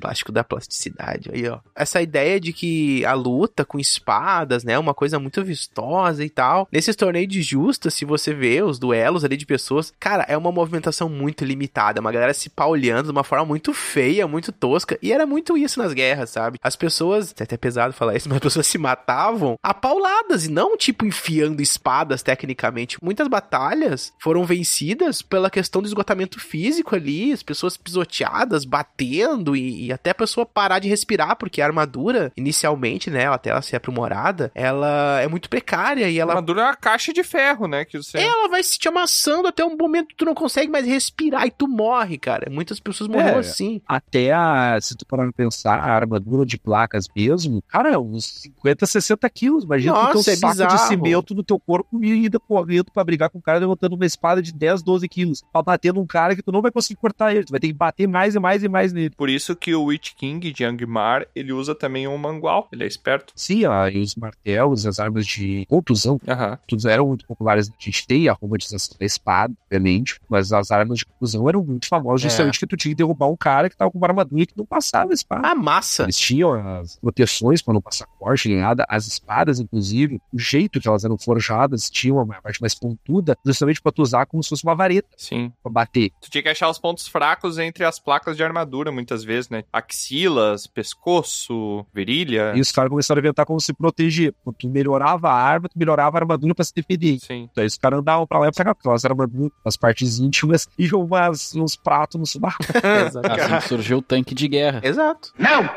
S4: plástico da plasticidade aí, ó. Essa ideia de que a luta com espadas, né, é uma coisa muito vistosa e tal. Nesses torneios de justa, se você vê os duelos ali de pessoas, cara, é uma movimentação muito limitada, uma galera se pauleando de uma forma muito feia, muito tosca, e era muito isso nas guerras, sabe? As pessoas, é até pesado falar isso, mas as pessoas se matavam a pauladas e não tipo enfiando espadas tecnicamente. Muitas batalhas foram vencidas pela questão do esgotamento físico ali, as pessoas pisoteadas, batendo e, e até a pessoa parar de respirar, porque a armadura, inicialmente, né, até ela ser aprimorada, ela é muito precária e
S1: A
S4: ela
S1: armadura é uma caixa de ferro, né? Que você...
S4: ela vai se te amassando até um momento que tu não consegue mais respirar e tu morre, cara. Muitas pessoas morreram
S6: É.
S4: assim.
S6: Até a- se tu parar pra pensar, a armadura de placas mesmo, cara, é uns 50, 60 quilos. Imagina tu ter um
S4: Nossa, é
S6: saco de
S4: bizarro.
S6: cimento no teu corpo e ainda correndo pra brigar com o cara levantando uma espada de 10, 12 quilos. Pra bater num cara que tu não vai conseguir cortar ele. Tu vai ter que bater mais e mais e mais nele.
S1: Por isso que o Witch King de Angmar, ele usa também um mangual. Ele é esperto.
S6: Sim, ó, e os martelos, as armas de contusão,
S1: Aham.
S6: todos eram muito populares. A gente tem a romantização da espada, obviamente, mas as armas de contusão eram muito famosas,
S1: É.
S6: justamente que tu tinha que derrubar um cara que tava com uma armadura que não passava a espada.
S4: A massa.
S6: Eles tinham as proteções para não passar corte nem nada, as espadas, inclusive, o jeito que elas eram forjadas, tinham uma parte mais pontuda, justamente para tu usar como se fosse uma vareta
S1: Sim.
S6: para bater.
S1: Tu tinha que achar os pontos fracos entre as placas de armadura, muitas vezes, né? Axilas, pescoço, virilha.
S6: E os caras começaram a inventar como se proteger. Quando tu melhorava a arma, tu melhorava a armadura para se defender.
S1: Sim.
S6: Daí os caras andavam pra lá e pra cá, porque elas eram armaduras, as partes íntimas e umas, uns pratos no subaco.
S2: Assim que surgiu o tanque de guerra.
S4: Exato.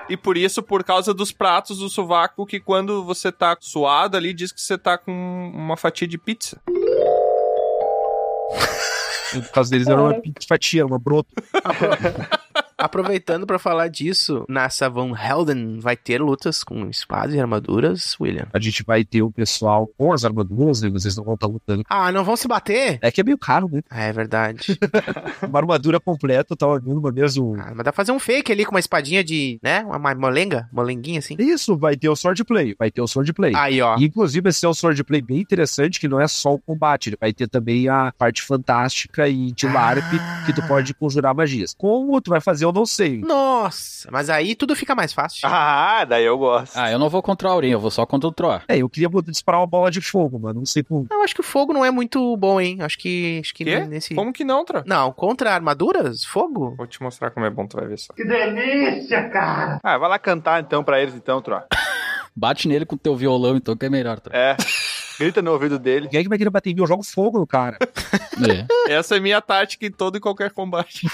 S1: E por isso, por causa dos pratos do sovaco, que quando você tá suado ali, diz que você tá com uma fatia de pizza.
S6: No caso deles era uma pizza fatia, era uma broto.
S4: Aproveitando pra falar disso, nessa Van Helden vai ter lutas com espadas e armaduras, William.
S6: A gente vai ter o pessoal com as armaduras, né? Vocês não vão estar lutando.
S4: Ah, não vão se bater?
S6: É que é meio caro, né?
S4: Ah, é verdade.
S6: Uma armadura completa, eu tava vendo uma vez um.
S4: Ah, mas dá pra fazer um fake ali com uma espadinha de, né? Uma ma- molenga? Molenguinha assim.
S6: Isso, vai ter o swordplay, vai ter o swordplay.
S4: Aí, ó.
S6: E, Inclusive, esse é um swordplay bem interessante, que não é só o combate, ele vai ter também a parte fantástica e de LARP,
S4: Ah.
S6: que tu pode conjurar magias. Como tu vai fazer, eu não sei.
S4: Nossa, mas aí tudo fica mais fácil.
S5: Ah, daí eu gosto.
S2: Ah, eu não vou contra a Aurinha, eu vou só contra o Troar.
S6: É, eu queria botar- disparar uma bola de fogo, mas não sei como.
S4: Eu acho que o fogo não é muito bom, hein? Acho que. Acho que
S1: Quê?
S4: nesse.
S1: Como que não, Tra?
S4: Não, contra armaduras? Fogo?
S1: Vou te mostrar como é bom, tu vai ver só.
S14: Que delícia, cara!
S5: Ah, vai lá cantar então pra eles, então, Tro.
S2: Bate nele com teu violão, então, que é melhor, Troar.
S5: É. Grita no ouvido dele.
S6: Quem é que vai querer bater em mim? Eu jogo fogo no cara.
S2: É.
S1: Essa é minha tática em todo e qualquer combate.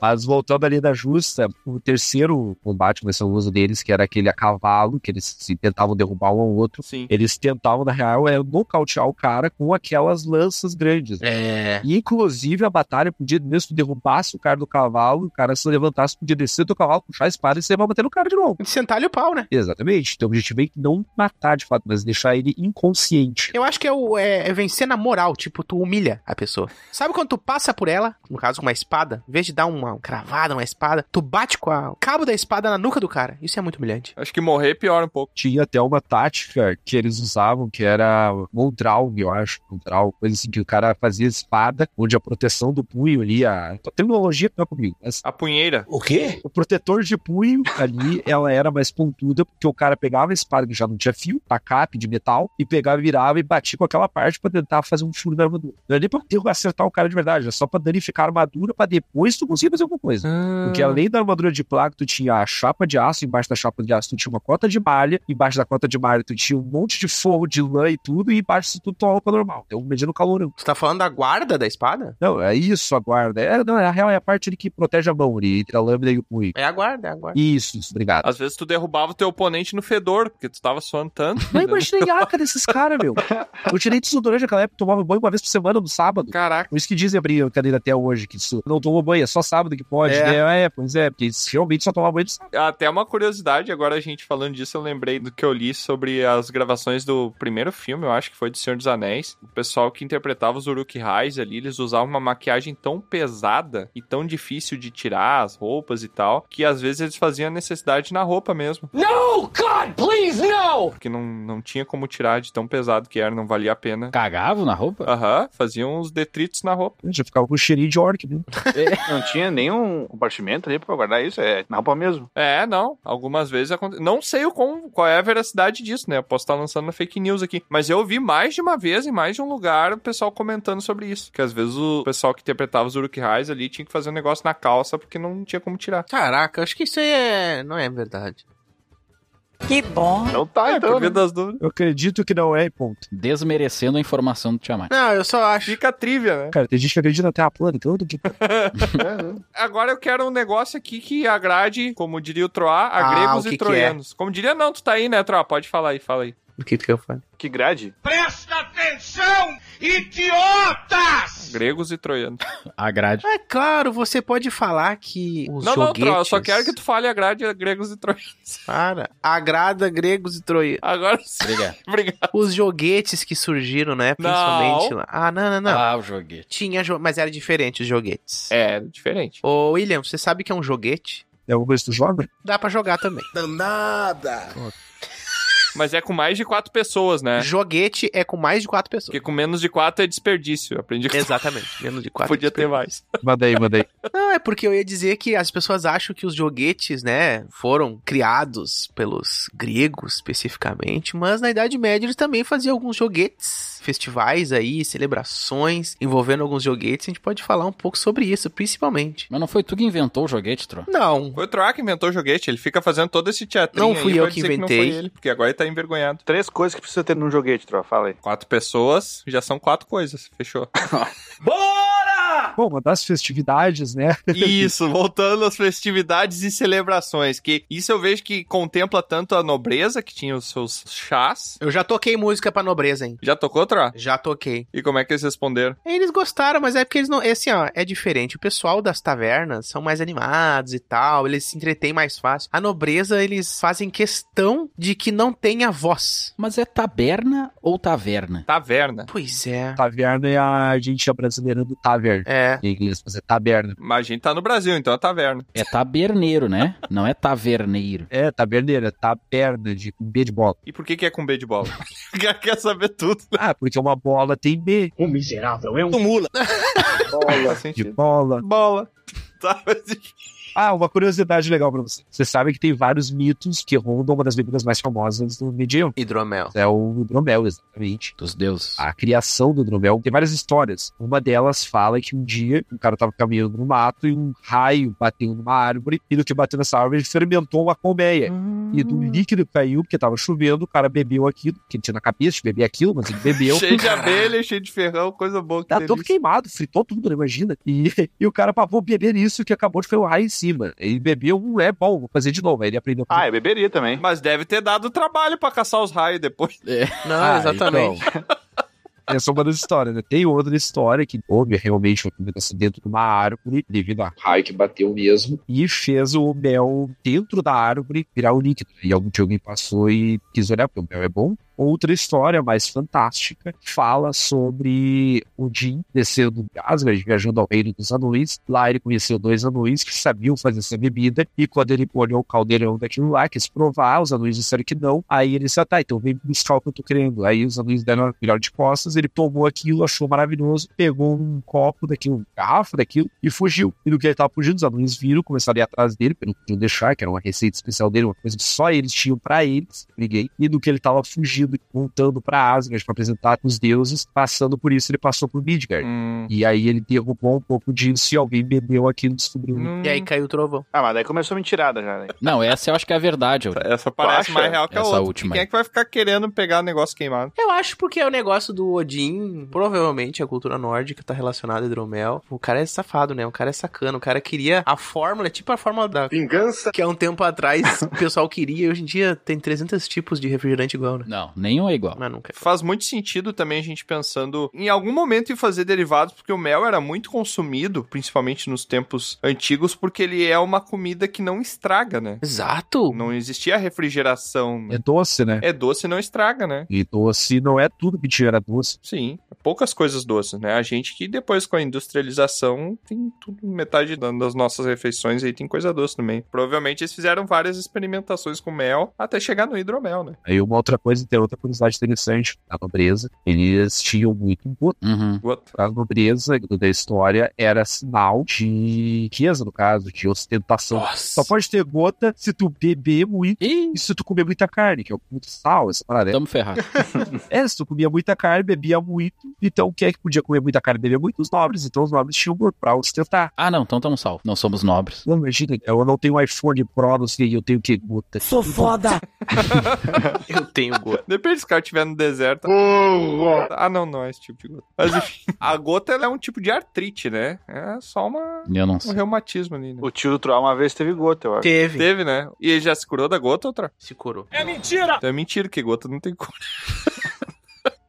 S6: Mas voltando ali da justa, o terceiro combate, mas eu uso deles, que era aquele a cavalo, que eles se tentavam derrubar um ao outro.
S1: Sim.
S6: Eles tentavam, na real, é nocautear o cara com aquelas lanças grandes.
S4: É.
S6: E, inclusive, a batalha podia, mesmo que tu derrubasse o cara do cavalo, o cara se levantasse, podia descer do cavalo, puxar a espada e você vai bater no cara de novo.
S4: Sentar-lhe o pau, né?
S6: Exatamente. Então, o objetivo é não matar de fato, mas deixar ele inconsciente.
S4: Eu acho que é, o, é, é vencer na moral, tipo, tu humilha a pessoa. Sabe quando tu passa por ela, no caso com uma espada, em vez de dar uma cravada, uma espada, tu bate com a- o cabo da espada na nuca do cara. Isso é muito humilhante.
S1: Acho que morrer piora um pouco.
S6: Tinha até uma tática que eles usavam, que era Mondraug, eu acho, Mondraug, coisa assim, que o cara fazia espada, onde a proteção do punho ali, a, a tecnologia não é comigo, mas
S1: A punheira.
S13: O quê?
S6: o protetor de punho ali, ela era mais pontuda, porque o cara pegava a espada que já não tinha fio, a cap de metal, e pegava, virava e batia com aquela parte pra tentar fazer um furo na armadura. Não é nem pra ter- acertar o cara de verdade, é só pra danificar a armadura pra depois tu conseguir fazer alguma coisa. Porque além da armadura de placa, tu tinha a chapa de aço, embaixo da chapa de aço tu tinha uma cota de malha, embaixo da cota de malha tu tinha um monte de forro de lã e tudo, e embaixo disso tudo tua roupa normal. Então, medindo o calorão.
S4: Tu tá falando da guarda da espada?
S6: Não, é isso a guarda. É, não, na real é a parte ali que protege a mão ali, entre a lâmina e o punho.
S4: É a guarda, é a guarda.
S6: Isso, isso, obrigado.
S1: Às vezes tu derrubava o teu oponente no fedor, porque tu tava suando tanto.
S6: Não imaginei a arca desses caras, meu. Eu tirei desodorante naquela época, tomava banho uma vez por semana no sábado.
S1: Caraca.
S6: Por isso que dizem abrir a cadeira até hoje, que isso não toma banho, é só sábado que pode,
S4: É.
S6: né? É, pois é, porque eles realmente só tomava banho no sábado.
S1: Até uma curiosidade, agora a gente falando disso, eu lembrei do que eu li sobre as gravações do primeiro filme, eu acho que foi do Senhor dos Anéis. O pessoal que interpretava os Uruk-hais ali, eles usavam uma maquiagem tão pesada e tão difícil de tirar as roupas e tal, que às vezes eles faziam a necessidade na roupa mesmo,
S14: No, God, please, no!
S1: porque não, não tinha como tirar de tão pesado que era, não valia a pena.
S2: Cagavam na roupa?
S1: Aham, faziam uns detritos na roupa.
S6: né? Já ficava com cheirinho de orc, né?
S5: Não tinha nenhum compartimento ali pra guardar isso, é na roupa mesmo.
S1: É, não. Algumas vezes acontece. Não sei o quão, qual é a veracidade disso, né? Eu posso estar lançando fake news aqui. Mas eu vi mais de uma vez, em mais de um lugar, o pessoal comentando sobre isso. Que às vezes o pessoal que interpretava os Uruk-hais ali tinha que fazer um negócio na calça porque não tinha como tirar.
S4: Caraca, acho que isso aí é... não é verdade.
S15: Que bom.
S5: Então tá,
S1: É,
S5: então. né?
S1: por via das dúvidas.
S6: Eu acredito que não é, e ponto.
S2: Desmerecendo a informação do Tiamat.
S4: Não, eu só acho.
S1: Fica a trivia, né?
S6: Cara, tem gente que acredita na Terra plana, então eu não que
S1: Agora eu quero um negócio aqui que agrade, como diria o é? Troá, a
S4: Ah,
S1: gregos
S4: o que
S1: e
S4: que
S1: troianos. Como diria, não, tu tá aí, né, Troá? Pode falar aí, fala aí.
S4: O que que eu falo?
S5: Que grade.
S14: Presta atenção, idiotas!
S1: Gregos e troianos.
S2: A grade.
S4: É claro, você pode falar que os
S1: não, não,
S4: joguetes...
S1: Troá, eu só quero que tu fale a grade a gregos e troianos.
S4: Para. Agrada gregos e troianos.
S1: Agora sim.
S2: Obrigado.
S1: Obrigado.
S4: Os joguetes que surgiram, né? Principalmente lá. Ah, não, não, não.
S2: Ah, o joguete.
S4: Tinha, jo- mas era diferente os joguetes.
S1: É, diferente.
S4: Ô, William, você sabe que é um joguete?
S6: É alguma coisa que tu joga?
S4: Dá pra jogar também.
S9: Danada!
S1: Mas é com mais de quatro pessoas, né?
S4: Joguete é com mais de quatro pessoas.
S1: Porque com menos de quatro é desperdício. Eu Aprendi que
S4: Exatamente, menos de quatro.
S1: podia ter mais.
S6: Manda aí, manda aí.
S4: Não, é porque eu ia dizer que as pessoas acham que os joguetes, né, foram criados pelos gregos especificamente, mas na Idade Média eles também faziam alguns joguetes, festivais aí, celebrações envolvendo alguns joguetes. A gente pode falar um pouco sobre isso, principalmente.
S2: Mas não foi tu que inventou o joguete, Tro?
S4: Não.
S1: Foi o Troá que inventou o joguete, ele fica fazendo todo esse teatrinho
S4: Não fui
S1: aí
S4: eu
S1: pra
S4: que
S1: dizer Que não
S4: inventei.
S1: foi ele, porque agora ele tá envergonhado.
S5: Três coisas que precisa ter num joguete, Tro, fala aí.
S1: Quatro pessoas, já são quatro coisas, fechou.
S6: Bom, uma das festividades, né?
S1: Isso, voltando às festividades e celebrações, que isso eu vejo que contempla tanto a nobreza, que tinha os seus chás.
S4: Eu já toquei música pra nobreza, hein?
S1: Já tocou, Troá?
S4: Já toquei.
S1: E como é que eles responderam?
S4: Eles gostaram, mas é porque eles não. é Assim, ó, é diferente. O pessoal das tavernas são mais animados e tal, eles se entretêm mais fácil. A nobreza, eles fazem questão de que não tenha voz.
S2: Mas é taberna ou taverna?
S1: Taverna.
S4: Pois é.
S6: Taverna é a gente é brasileirando taverna.
S4: É.
S6: Em inglês, mas é taberna.
S1: Mas a gente tá no Brasil, então é taverna.
S2: É taberneiro, né? Não é taverneiro.
S6: É, taberneira, taberna de B de bola.
S1: E por que que é com B de bola? Quer saber tudo.
S6: Ah, porque uma bola tem B
S14: O miserável é um
S4: Tumula.
S1: Bola.
S6: de bola.
S1: Bola. Tá, mas
S6: Ah, uma curiosidade legal pra você. Você sabe que tem vários mitos que rondam uma das bebidas mais famosas do medieval.
S4: Hidromel.
S6: É o hidromel, exatamente.
S2: Dos deuses.
S6: A criação do hidromel tem várias histórias. Uma delas fala que um dia um cara tava caminhando no mato e um raio bateu numa árvore e no que bateu nessa árvore ele fermentou uma colmeia. E do líquido que caiu, porque tava chovendo, o cara bebeu aquilo, que ele tinha na cabeça de beber aquilo, mas ele bebeu.
S1: cheio de abelha, cheio de ferrão, coisa boa que
S6: Tá
S1: delícia.
S6: todo queimado, fritou tudo, né? Imagina. E, e o cara, pá, vou beber isso que acabou de ferrar em cima. Ele bebeu, hum, é bom, vou fazer de novo. Aí ele aprendeu. a
S5: Ah,
S6: fazer-
S5: eu beberia também.
S1: Mas deve ter dado trabalho pra caçar os raios depois.
S4: Não,
S6: Ah,
S4: exatamente.
S6: Essa é uma das histórias, né? Tem outra história que houve realmente uma alimentação dentro de uma árvore, devido a raio que bateu mesmo, e fez o mel dentro da árvore virar o líquido. E algum dia alguém passou e quis olhar, porque o mel é bom. Outra história mais fantástica fala sobre o Jim descendo de Asgard, viajando ao reino dos anões. Lá ele conheceu dois anões que sabiam fazer essa bebida. E quando ele olhou o caldeirão daquilo lá, quis provar, os anões disseram que não. Aí ele disse, ah, tá, então vem buscar o que eu tô querendo. Aí os anões deram uma melhor de costas, ele tomou aquilo, achou maravilhoso, pegou um copo daquilo, um garrafa daquilo e fugiu. E no que ele tava fugindo, os anões viram, começaram a ir atrás dele, porque não podiam deixar, que era uma receita especial dele, uma coisa que só eles tinham pra eles, liguei. E no que ele tava fugindo, voltando pra Asgard pra apresentar os deuses, passando por isso, ele passou por Midgard.
S1: Hum,
S6: E aí ele derrubou um pouco disso e alguém bebeu aquilo e descobriu.
S1: hum.
S4: E aí caiu o trovão.
S5: Ah, mas daí começou a mentirada já, né?
S2: Não, essa eu acho que é a verdade. Aurélio.
S1: Essa Então parece
S5: acha?
S1: mais real que a
S2: Essa
S1: outra.
S2: última
S1: Quem é
S2: aí.
S1: que vai ficar querendo pegar o negócio queimado?
S4: Eu acho porque é o negócio do Odin, provavelmente a cultura nórdica tá relacionada a hidromel. O cara é safado, né? O cara é sacana. O cara queria a fórmula, é tipo a fórmula da...
S9: Vingança.
S4: Que há um tempo atrás o pessoal queria e hoje em dia tem 300 tipos de refrigerante igual, né?
S2: Não, nenhum é igual.
S4: Mas nunca.
S1: Faz muito sentido também a gente pensando em algum momento em fazer derivados, porque o mel era muito consumido, principalmente nos tempos antigos, porque ele é uma comida que não estraga, né?
S4: Exato!
S1: Não existia refrigeração.
S6: É doce, né?
S1: É doce e não estraga, né?
S6: E doce não é tudo que tinha, era doce.
S1: Sim, poucas coisas doces, né? A gente que depois com a industrialização tem tudo, metade da- das nossas refeições aí tem coisa doce também. Provavelmente eles fizeram várias experimentações com mel até chegar no hidromel, né?
S6: Aí uma outra coisa, tem outra curiosidade interessante. A nobreza, eles tinham muito goto.
S2: Uhum.
S1: Goto.
S6: A nobreza da história era sinal de riqueza, no caso, de ostentação. Só pode ter gota se tu beber muito e, se tu comer muita carne, que é muito sal, essa parada.
S2: Tamo ferrado.
S6: é, se tu comia muita carne, bebia muito. Então, quem é que podia comer muita carne e beber muito? Os nobres. Então, os nobres tinham goto pra ostentar.
S2: Ah, não, então tamo salvo. Não somos nobres.
S6: Não, imagina, eu não tenho iPhone Pro, não sei, eu tenho que gota. Sou
S2: foda.
S1: Eu tenho gota. Depende se o cara estiver no deserto. ah, não, não é esse tipo de gota. Mas enfim, a gota ela é um tipo de artrite, né? É só uma,
S2: Eu não
S1: um
S2: sei.
S1: reumatismo ali, né?
S5: O tio do Troá uma vez teve gota, eu acho.
S4: Teve.
S1: Teve, né? E ele já se curou da gota, outra?
S4: Se curou.
S1: É mentira! é mentira que gota não tem cura.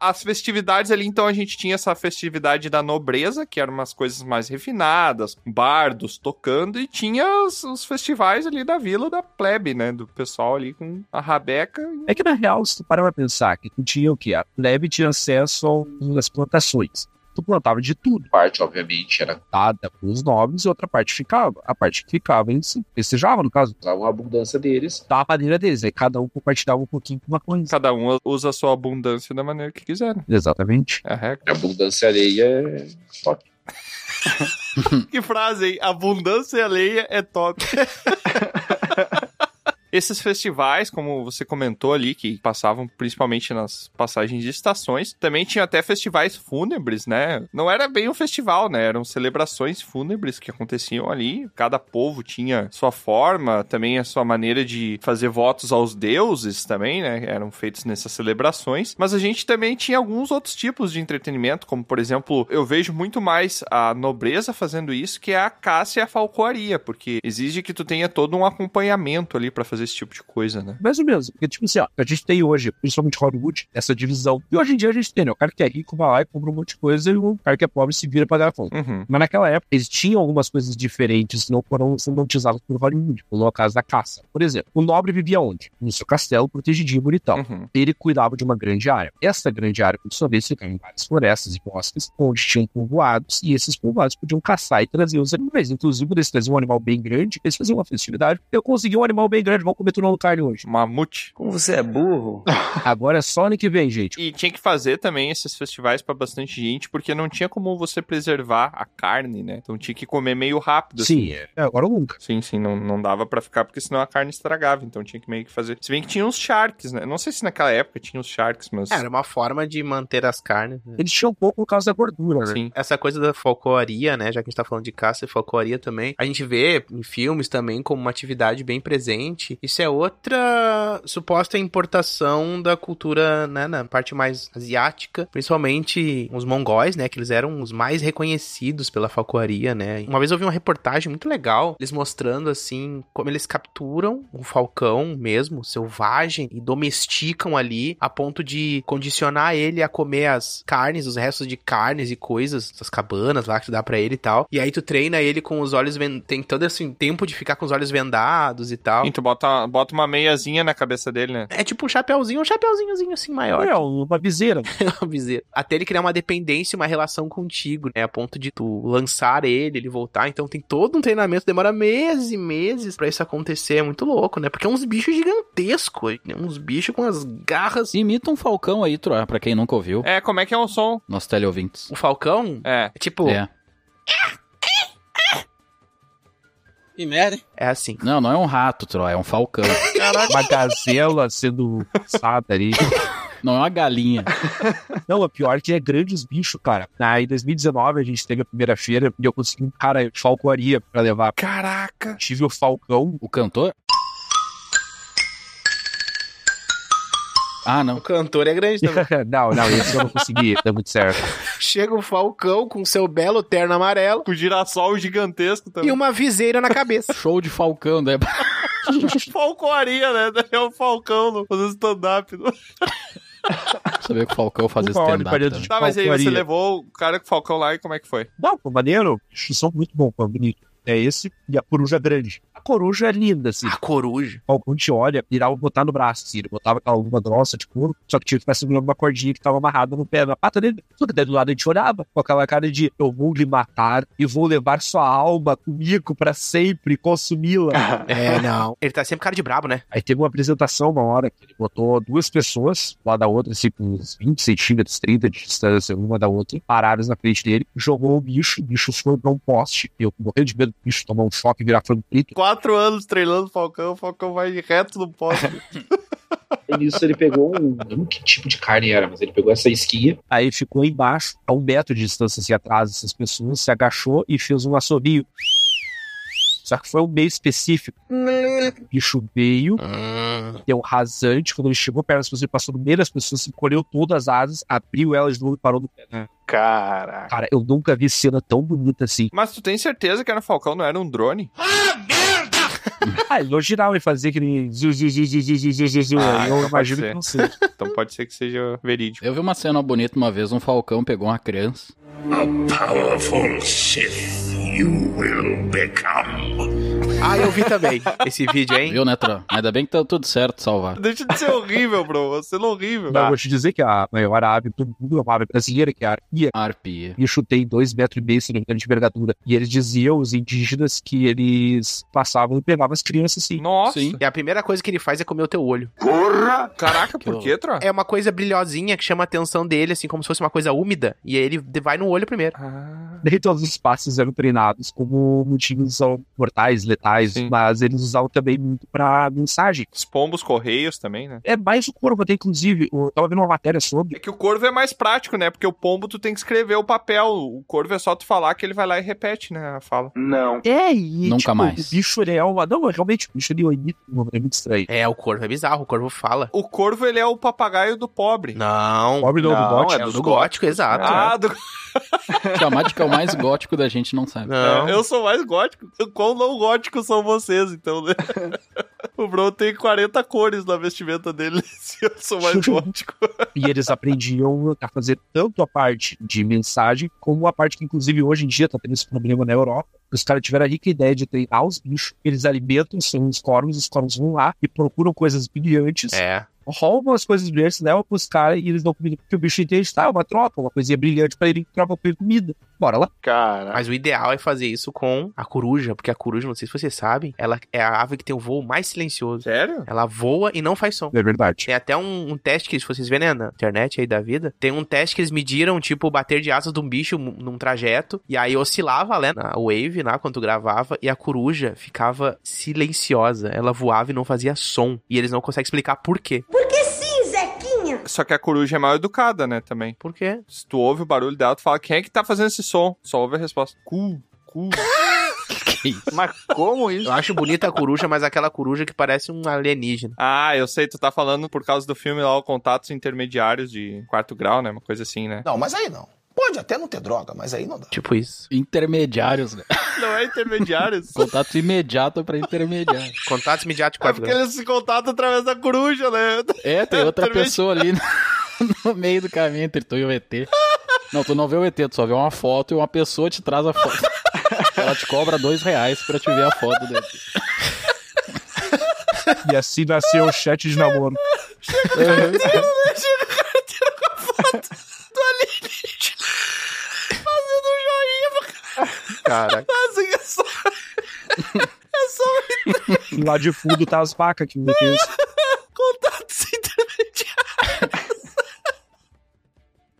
S1: As festividades ali, então, a gente tinha essa festividade da nobreza, que eram umas coisas mais refinadas, bardos tocando, e tinha os, os festivais ali da vila, da plebe, né? Do pessoal ali com a rabeca.
S6: É que na real, se tu parar pra pensar, que tu tinha o quê? A plebe tinha acesso ao- às plantações. Tu plantava de tudo. Parte, obviamente, era dada pros nobres e outra parte ficava. A parte que ficava, eles festejava, no caso. Usavam a abundância deles. Da maneira deles. Aí cada um compartilhava um pouquinho com uma coisa.
S1: Cada um usa a sua abundância da maneira que quiser. né?
S6: Exatamente.
S1: É a regra.
S6: Abundância alheia é top.
S1: que frase, hein? Abundância alheia é top. Esses festivais, como você comentou ali, que passavam principalmente nas passagens de estações, também tinha até festivais fúnebres, né? Não era bem um festival, né? Eram celebrações fúnebres que aconteciam ali. Cada povo tinha sua forma, também a sua maneira de fazer votos aos deuses também, né? Eram feitos nessas celebrações. Mas a gente também tinha alguns outros tipos de entretenimento, como por exemplo, eu vejo muito mais a nobreza fazendo isso que a caça e a falcoaria, porque exige que tu tenha todo um acompanhamento ali pra fazer esse tipo de coisa, né?
S6: Mais ou menos. Porque, tipo assim, ó, a gente tem hoje, principalmente Hollywood, essa divisão. E hoje em dia a gente tem, né? O cara que é rico vai lá e compra um monte de coisa e o cara que é pobre se vira pra dar a conta.
S1: Uhum.
S6: Mas naquela época, eles tinham algumas coisas diferentes que não foram sindonizadas por Hollywood, como no caso da caça. Por exemplo, o nobre vivia onde? No seu castelo, protegidinho e bonitão.
S1: Uhum.
S6: Ele cuidava de uma grande área. Essa grande área, por sua vez, ficava em várias florestas e bosques, onde tinham povoados, e esses povoados podiam caçar e trazer os animais. Inclusive, quando eles traziam um animal bem grande, eles faziam uma festividade. Eu consegui um animal bem grande, vamos comer tudo no carne hoje.
S1: Mamute.
S6: Como você é burro. Agora é só ano que vem, gente.
S1: E tinha que fazer também esses festivais pra bastante gente, porque não tinha como você preservar a carne, né? Então tinha que comer meio rápido.
S6: Sim,
S1: assim.
S6: é agora ou nunca.
S1: Sim, sim, não, não dava pra ficar, porque senão a carne estragava, então tinha que meio que fazer. Se bem que tinha uns sharks, né? Não sei se naquela época tinha uns sharks, mas.
S4: É, Era uma forma de manter as carnes. né?
S6: Eles tinham um pouco por causa da gordura, né?
S1: Sim.
S4: Essa coisa da folcloria, né? Já que a gente tá falando de caça e folcloria também, a gente vê em filmes também como uma atividade bem presente. Isso é outra suposta importação da cultura, né? Na parte mais asiática, principalmente os mongóis, né? Que eles eram os mais reconhecidos pela falcoaria, né? Uma vez eu vi uma reportagem muito legal, eles mostrando assim como eles capturam um falcão mesmo, selvagem, e domesticam ali a ponto de condicionar ele a comer as carnes, os restos de carnes e coisas, essas cabanas lá que tu dá pra ele e tal. E aí tu treina ele com os olhos vendados, tem todo esse tempo de ficar com os olhos vendados e tal.
S1: Sim, tu Então, bota, bota uma meiazinha na cabeça dele, né?
S4: É tipo um chapéuzinho, um chapéuzinhozinho assim maior.
S6: É, uma viseira.
S4: uma viseira. Até ele criar uma dependência, uma relação contigo, né? A ponto de tu lançar ele, ele voltar. Então tem todo um treinamento, demora meses e meses pra isso acontecer. É muito louco, né? Porque é uns bichos gigantescos. é Uns bichos com as garras.
S2: Imita um falcão aí, Troá, pra quem nunca ouviu.
S1: É, como é que é o som?
S2: Nossos teleouvintes.
S4: Um falcão?
S1: É.
S4: Tipo.
S2: É.
S3: Que merda, hein?
S4: É assim.
S2: Não, não é um rato, Troá, é um falcão.
S6: Uma gazela sendo assada ali.
S2: Não é uma galinha.
S6: Não, a pior que é grandes bichos, cara. Na, em 2019 a gente teve a primeira feira e eu consegui um cara de falcoaria pra levar.
S1: Caraca!
S6: Tive o falcão.
S2: O cantor? Ah, não.
S4: O cantor é grande também.
S6: não, não, esse eu não consegui, deu muito certo.
S4: Chega o falcão com seu belo terno amarelo
S1: Com girassol gigantesco também.
S4: e um uma viseira na cabeça.
S2: Show de falcão, né?
S1: um Falcoaria, né? É o Falcão no- fazendo stand-up.
S2: Saber que o falcão fazia
S6: Uma hora
S2: stand-up
S6: de
S2: né?
S6: parede
S2: também.
S6: de
S1: Tá, mas aí você
S6: falcoaria.
S1: levou o cara com o Falcão lá e como é que foi?
S6: Não, foi maneiro. Bicho, som muito bom, foi bonito. É esse e a coruja grande. A coruja é linda, assim. A
S4: coruja.
S6: Falcão te olha, virava botar no braço, assim. Ele botava aquela luva grossa de couro, só que tinha que ficar segurando uma cordinha que tava amarrada no pé, na pata dele. Só que daí do lado a gente olhava com aquela cara de eu vou lhe matar e vou levar sua alma comigo pra sempre, consumi-la.
S4: É, não. Ele tá sempre cara de brabo, né?
S6: Aí teve uma apresentação uma hora que ele botou duas pessoas, lá da outra, assim, com uns 20 centímetros, 30 de distância uma da outra, paradas na frente dele, jogou o bicho, o bicho foi pra um poste. Eu morrendo de medo do bicho tomar um choque e virar frango frito.
S1: Quatro anos treinando o Falcão, o Falcão vai reto no poste.
S10: E nisso ele pegou um. Não que tipo de carne era, mas ele pegou essa esquinha.
S6: Aí ficou embaixo, a um metro de distância assim atrás dessas pessoas, se agachou e fez um assobio. Só que foi um meio específico. O bicho veio,
S4: Hum.
S6: deu um rasante. Quando ele chegou perto das pessoas, ele passou no meio das pessoas, se colheu todas as asas, abriu elas de novo e parou no pé.
S5: Caraca.
S6: Cara, eu nunca vi cena tão bonita assim.
S1: Mas tu tem certeza que era um Falcão, não era um drone?
S6: Ah, ele não girava e fazia aquele. ziu, ziu, ziu, ziu, ziu, ziu, ziu, ziu, ziu.
S1: Ah,
S6: eu
S1: então pode
S6: imagino
S1: ser.
S6: que não seja.
S1: Então pode ser que seja verídico.
S2: Eu vi uma cena bonita uma vez, um falcão pegou uma criança.
S13: Powerful Sith you will become.
S4: Ah, eu vi também esse vídeo, hein?
S2: Viu, né, Tro? Ainda bem que tá tudo certo, salvar.
S1: Deixa de ser horrível, bro. Você é horrível.
S6: Mas eu vou te dizer que a maior ave do mundo é uma ave brasileira, que é a arpia.
S2: Arpia.
S6: E chutei dois metros e meio, se não me engano, de envergadura. E eles diziam, os indígenas, que eles passavam e pegavam as crianças, assim.
S1: Nossa.
S4: E a primeira coisa que ele faz é comer o teu olho.
S1: Porra! Caraca, por que, Tro?
S4: É uma coisa brilhosinha que chama a atenção dele, assim, como se fosse uma coisa úmida. E aí ele vai no olho primeiro.
S1: Ah.
S6: Nem todos os passos eram treinados como motivos ao- mortais, letais, mas eles usavam também muito pra mensagem.
S1: Os pombos correios também, né?
S6: É mais o corvo, até inclusive. Eu tava vendo uma matéria sobre.
S1: É que o corvo é mais prático, né? Porque o pombo tu tem que escrever o papel. O corvo é só tu falar que ele vai lá e repete, né? A fala.
S5: Não.
S6: É, e,
S2: Nunca
S6: tipo,
S2: mais.
S6: O bicho, ele é uma... Não, realmente, o bicho, ele é um mito, é muito estranho.
S4: É, o corvo é bizarro, o corvo fala.
S1: O corvo, ele é o papagaio do pobre.
S4: Não.
S6: Pobre não, do né?
S4: não,
S6: gótico.
S4: É do gótico, exato.
S1: Ah, do...
S2: Chamar de que é o mais gótico da gente não sabe.
S1: É, eu sou mais gótico. Quão não gótico são vocês, então, né? o Bro tem 40 cores na vestimenta dele. Se eu sou mais gótico.
S6: E eles aprendiam a fazer tanto a parte de mensagem, como a parte que, inclusive, hoje em dia tá tendo esse problema na Europa. Os caras tiveram a rica ideia de treinar os bichos, eles alimentam são os corvos, os corvos vão lá e procuram coisas brilhantes.
S4: É.
S6: Roubam as coisas brilhantes, levam pros caras e eles dão comida porque o bicho entende, tá? É uma troca, uma coisinha brilhante pra ele, troca por comida. Bora lá.
S5: Cara.
S4: Mas o ideal é fazer isso com a coruja, porque a coruja, não sei se vocês sabem, ela é a ave que tem o voo mais silencioso.
S1: Sério?
S4: Ela voa e não faz som.
S6: É verdade.
S4: Tem até um, um teste que, se vocês verem né, na internet aí da vida, tem um teste que eles mediram, tipo, o bater de asas de um bicho mu- num trajeto, e aí oscilava, né, a wave, lá, quando tu gravava, e a coruja ficava silenciosa. Ela voava e não fazia som. E eles não conseguem explicar por quê.
S1: Porque sim, Zequinha. Só que a coruja é mal educada, né, também.
S4: Por quê?
S1: Se tu ouve o barulho dela, tu fala, quem é que tá fazendo esse som? Só ouve a resposta. Cu, cu.
S5: Mas como isso?
S4: Eu acho bonita a coruja, mas aquela coruja que parece um alienígena.
S1: Ah, eu sei, tu tá falando por causa do filme lá, o Contatos Intermediários de Quarto Grau, né? Uma coisa assim, né?
S16: Não, mas aí não. Pode até não ter droga, mas aí não dá.
S4: Tipo isso.
S2: Intermediários, né?
S1: Não é intermediários.
S2: Contato imediato pra intermediário.
S4: Contatos midiáticos.
S1: É porque eles se contatam através da coruja, né?
S2: É, tem outra
S1: Intermedi-
S2: pessoa ali no, no meio do caminho entre tu e o ET. Não, tu não vê o ET, tu só vê uma foto e uma pessoa te traz a foto. Ela te cobra dois reais pra te ver a foto do ET.
S6: E assim nasceu o chat de namoro.
S14: Chega o cara tirando a foto do alienígena. Fazendo um joinha pra
S4: Cara.
S14: Nossa, é só. É só
S6: E lá de fundo tá as vacas que me fez.
S14: contatos intermediários.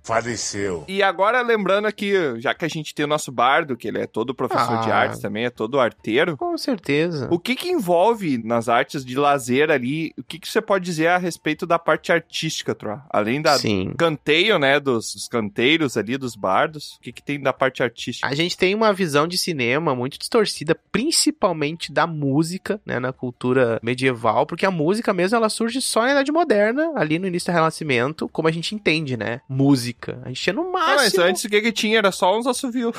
S13: Faleceu.
S1: E agora, lembrando aqui, já que a gente tem o nosso bardo, que ele é todo professor de
S4: Ah.
S1: artes também, é todo arteiro.
S4: Com certeza.
S1: O que que envolve nas artes de lazer ali? O que que você pode dizer a respeito da parte artística, Troa? Além da
S4: Sim.
S1: canteio, né, dos, dos canteiros ali, dos bardos, o que que tem da parte artística?
S4: A gente tem uma visão de cinema muito distorcida, principalmente da música, né, na cultura medieval, porque a música mesmo ela surge só na Idade Moderna, ali no início do Renascimento, como a gente entende, né? Música. A gente tinha no
S1: Ah, mas
S4: máximo.
S1: antes o que que tinha? Era só uns assovios.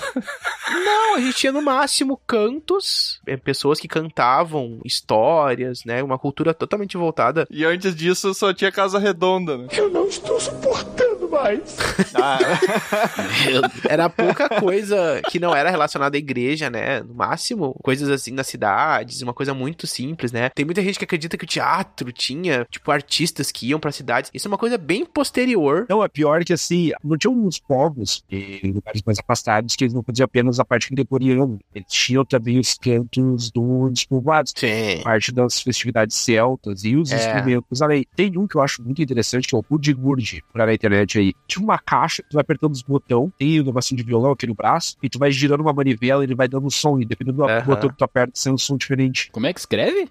S4: Não, a gente tinha no máximo cantos, é, pessoas que cantavam histórias, né? Uma cultura totalmente voltada.
S1: E antes disso só tinha Casa Redonda, né?
S14: Eu não estou suportando mais.
S5: mais.
S4: Era pouca coisa que não era relacionada à igreja, né? No máximo, coisas assim nas cidades, uma coisa muito simples, né? Tem muita gente que acredita que o teatro tinha, tipo, artistas que iam pra cidades. Isso é uma coisa bem posterior.
S6: Não, é pior que assim, não tinha uns povos em lugares mais afastados que eles não faziam apenas a parte gregoriana. Eles tinham também os cantos dos povoados.
S4: Sim.
S6: Parte das festividades celtas e os
S4: É.
S6: instrumentos além. Tem um que eu acho muito interessante, que é o Pudigurd, pra na internet aí. Tinha uma caixa, tu vai apertando os botões, tem um negocinho de violão aqui no braço, e tu vai girando uma manivela e ele vai dando um som, e dependendo do
S4: Aham.
S6: botão que tu aperta, sai um som diferente.
S2: Como é que escreve?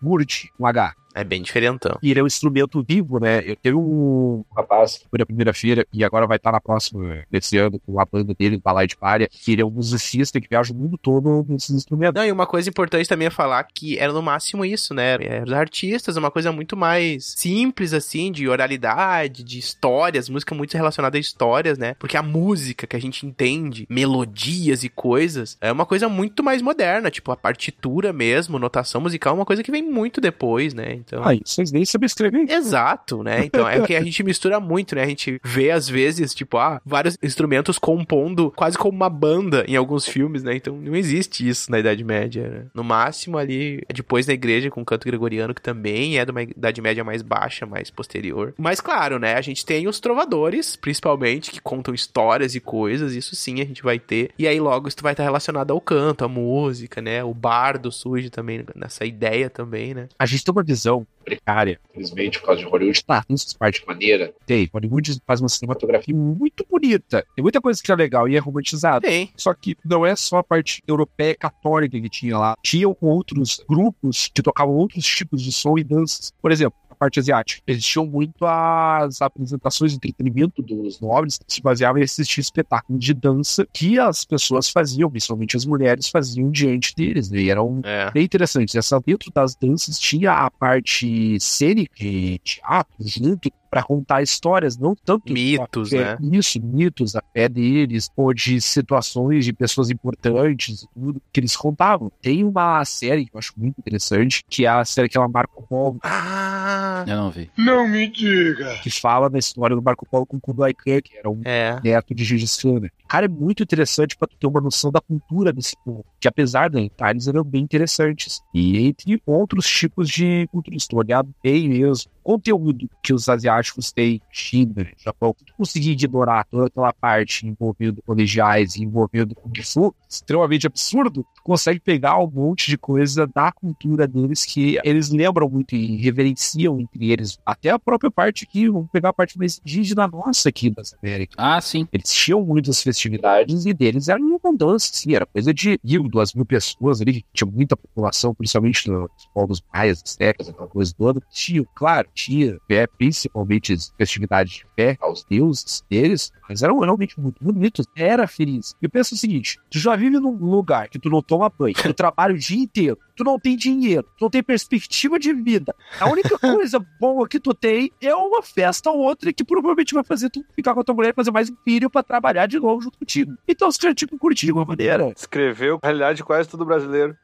S6: Pudigurd, um H.
S4: É bem diferentão.
S6: E ele é um instrumento vivo, né? Eu teve um rapaz que foi na primeira-feira e agora vai estar na próxima desse ano com a banda dele, Balai de Palha, que ele é um musicista que viaja o mundo todo com esses instrumentos.
S4: Não, e uma coisa importante também é falar que era no máximo isso, né? Era os artistas, uma coisa muito mais simples, assim, de oralidade, de histórias, música muito relacionada a histórias, né? Porque a música que a gente entende, melodias e coisas, é uma coisa muito mais moderna, tipo a partitura mesmo, notação musical, é uma coisa que vem muito depois, né? Então.
S6: Ah, isso vocês nem sabem escrever.
S4: Exato, né? Então é que a gente mistura muito, né? A gente vê às vezes, tipo, ah, vários instrumentos compondo quase como uma banda em alguns filmes, né? Então não existe isso na Idade Média, né? No máximo ali, é depois na igreja com canto gregoriano, que também é de uma Idade Média mais baixa, mais posterior. Mas claro, né? A gente tem os trovadores, principalmente, que contam histórias e coisas, isso sim a gente vai ter. E aí logo isso vai estar relacionado ao canto, à música, né? O bardo surge também nessa ideia também, né?
S6: A gente tem uma visão precária.
S10: Infelizmente, por causa de Hollywood, tá, tem suas partes maneiras.
S6: Tem, Hollywood faz uma cinematografia muito bonita. Tem muita coisa que é legal e é romantizada.
S4: Tem.
S6: Só que não é só a parte europeia católica que tinha lá. Tinham outros grupos que tocavam outros tipos de som e danças. Por exemplo, a parte asiática. Existiam muito as apresentações de entretenimento dos nobres que se baseavam em assistir espetáculos de dança que as pessoas faziam, principalmente as mulheres, faziam diante deles. Né? E eram
S4: É.
S6: bem interessantes. Essa, dentro das danças tinha a parte cênica, de teatro, junto para contar histórias, não tanto
S4: Mitos,
S6: só- é
S4: né?
S6: Isso, mitos da fé deles, ou de situações de pessoas importantes e tudo que eles contavam. Tem uma série que eu acho muito interessante, que é a série que ela Marco Polo,
S4: Ah!
S2: Eu não vi.
S9: Não me diga.
S6: que fala da história do Marco Polo com Kublai Khan, que era um
S4: É.
S6: neto de Gengis Khan. né? Cara, é muito interessante pra tu ter uma noção da cultura desse povo, que apesar da detalhes eram bem interessantes. E entre outros tipos de cultura, se tu olhar bem mesmo, conteúdo que os asiáticos têm, China, Japão, tu conseguir ignorar toda aquela parte envolvendo colegiais e envolvendo Kung Fu, extremamente absurdo, tu consegue pegar um monte de coisa da cultura deles que eles lembram muito e reverenciam entre eles. Até a própria parte que, vamos pegar a parte mais indígena nossa aqui das Américas.
S2: Ah, sim.
S6: Eles tinham muitas festividades e deles era uma abundância, assim, era coisa de mil, duas mil pessoas ali, que tinha muita população, principalmente nos povos maias, astecas, aquela coisa toda. Tinha, claro, tinha fé, principalmente as festividades de fé aos deuses deles, mas eram realmente muito bonitos, era feliz. E eu penso o seguinte, tu já vive num lugar que tu não toma banho, tu trabalha o dia inteiro, tu não tem dinheiro, tu não tem perspectiva de vida. A única coisa boa que tu tem é uma festa ou outra que provavelmente vai fazer tu ficar com a tua mulher e fazer mais um filho pra trabalhar de novo junto contigo. Então os caras tinham que curtir de alguma maneira.
S5: Escreveu a realidade de quase todo brasileiro.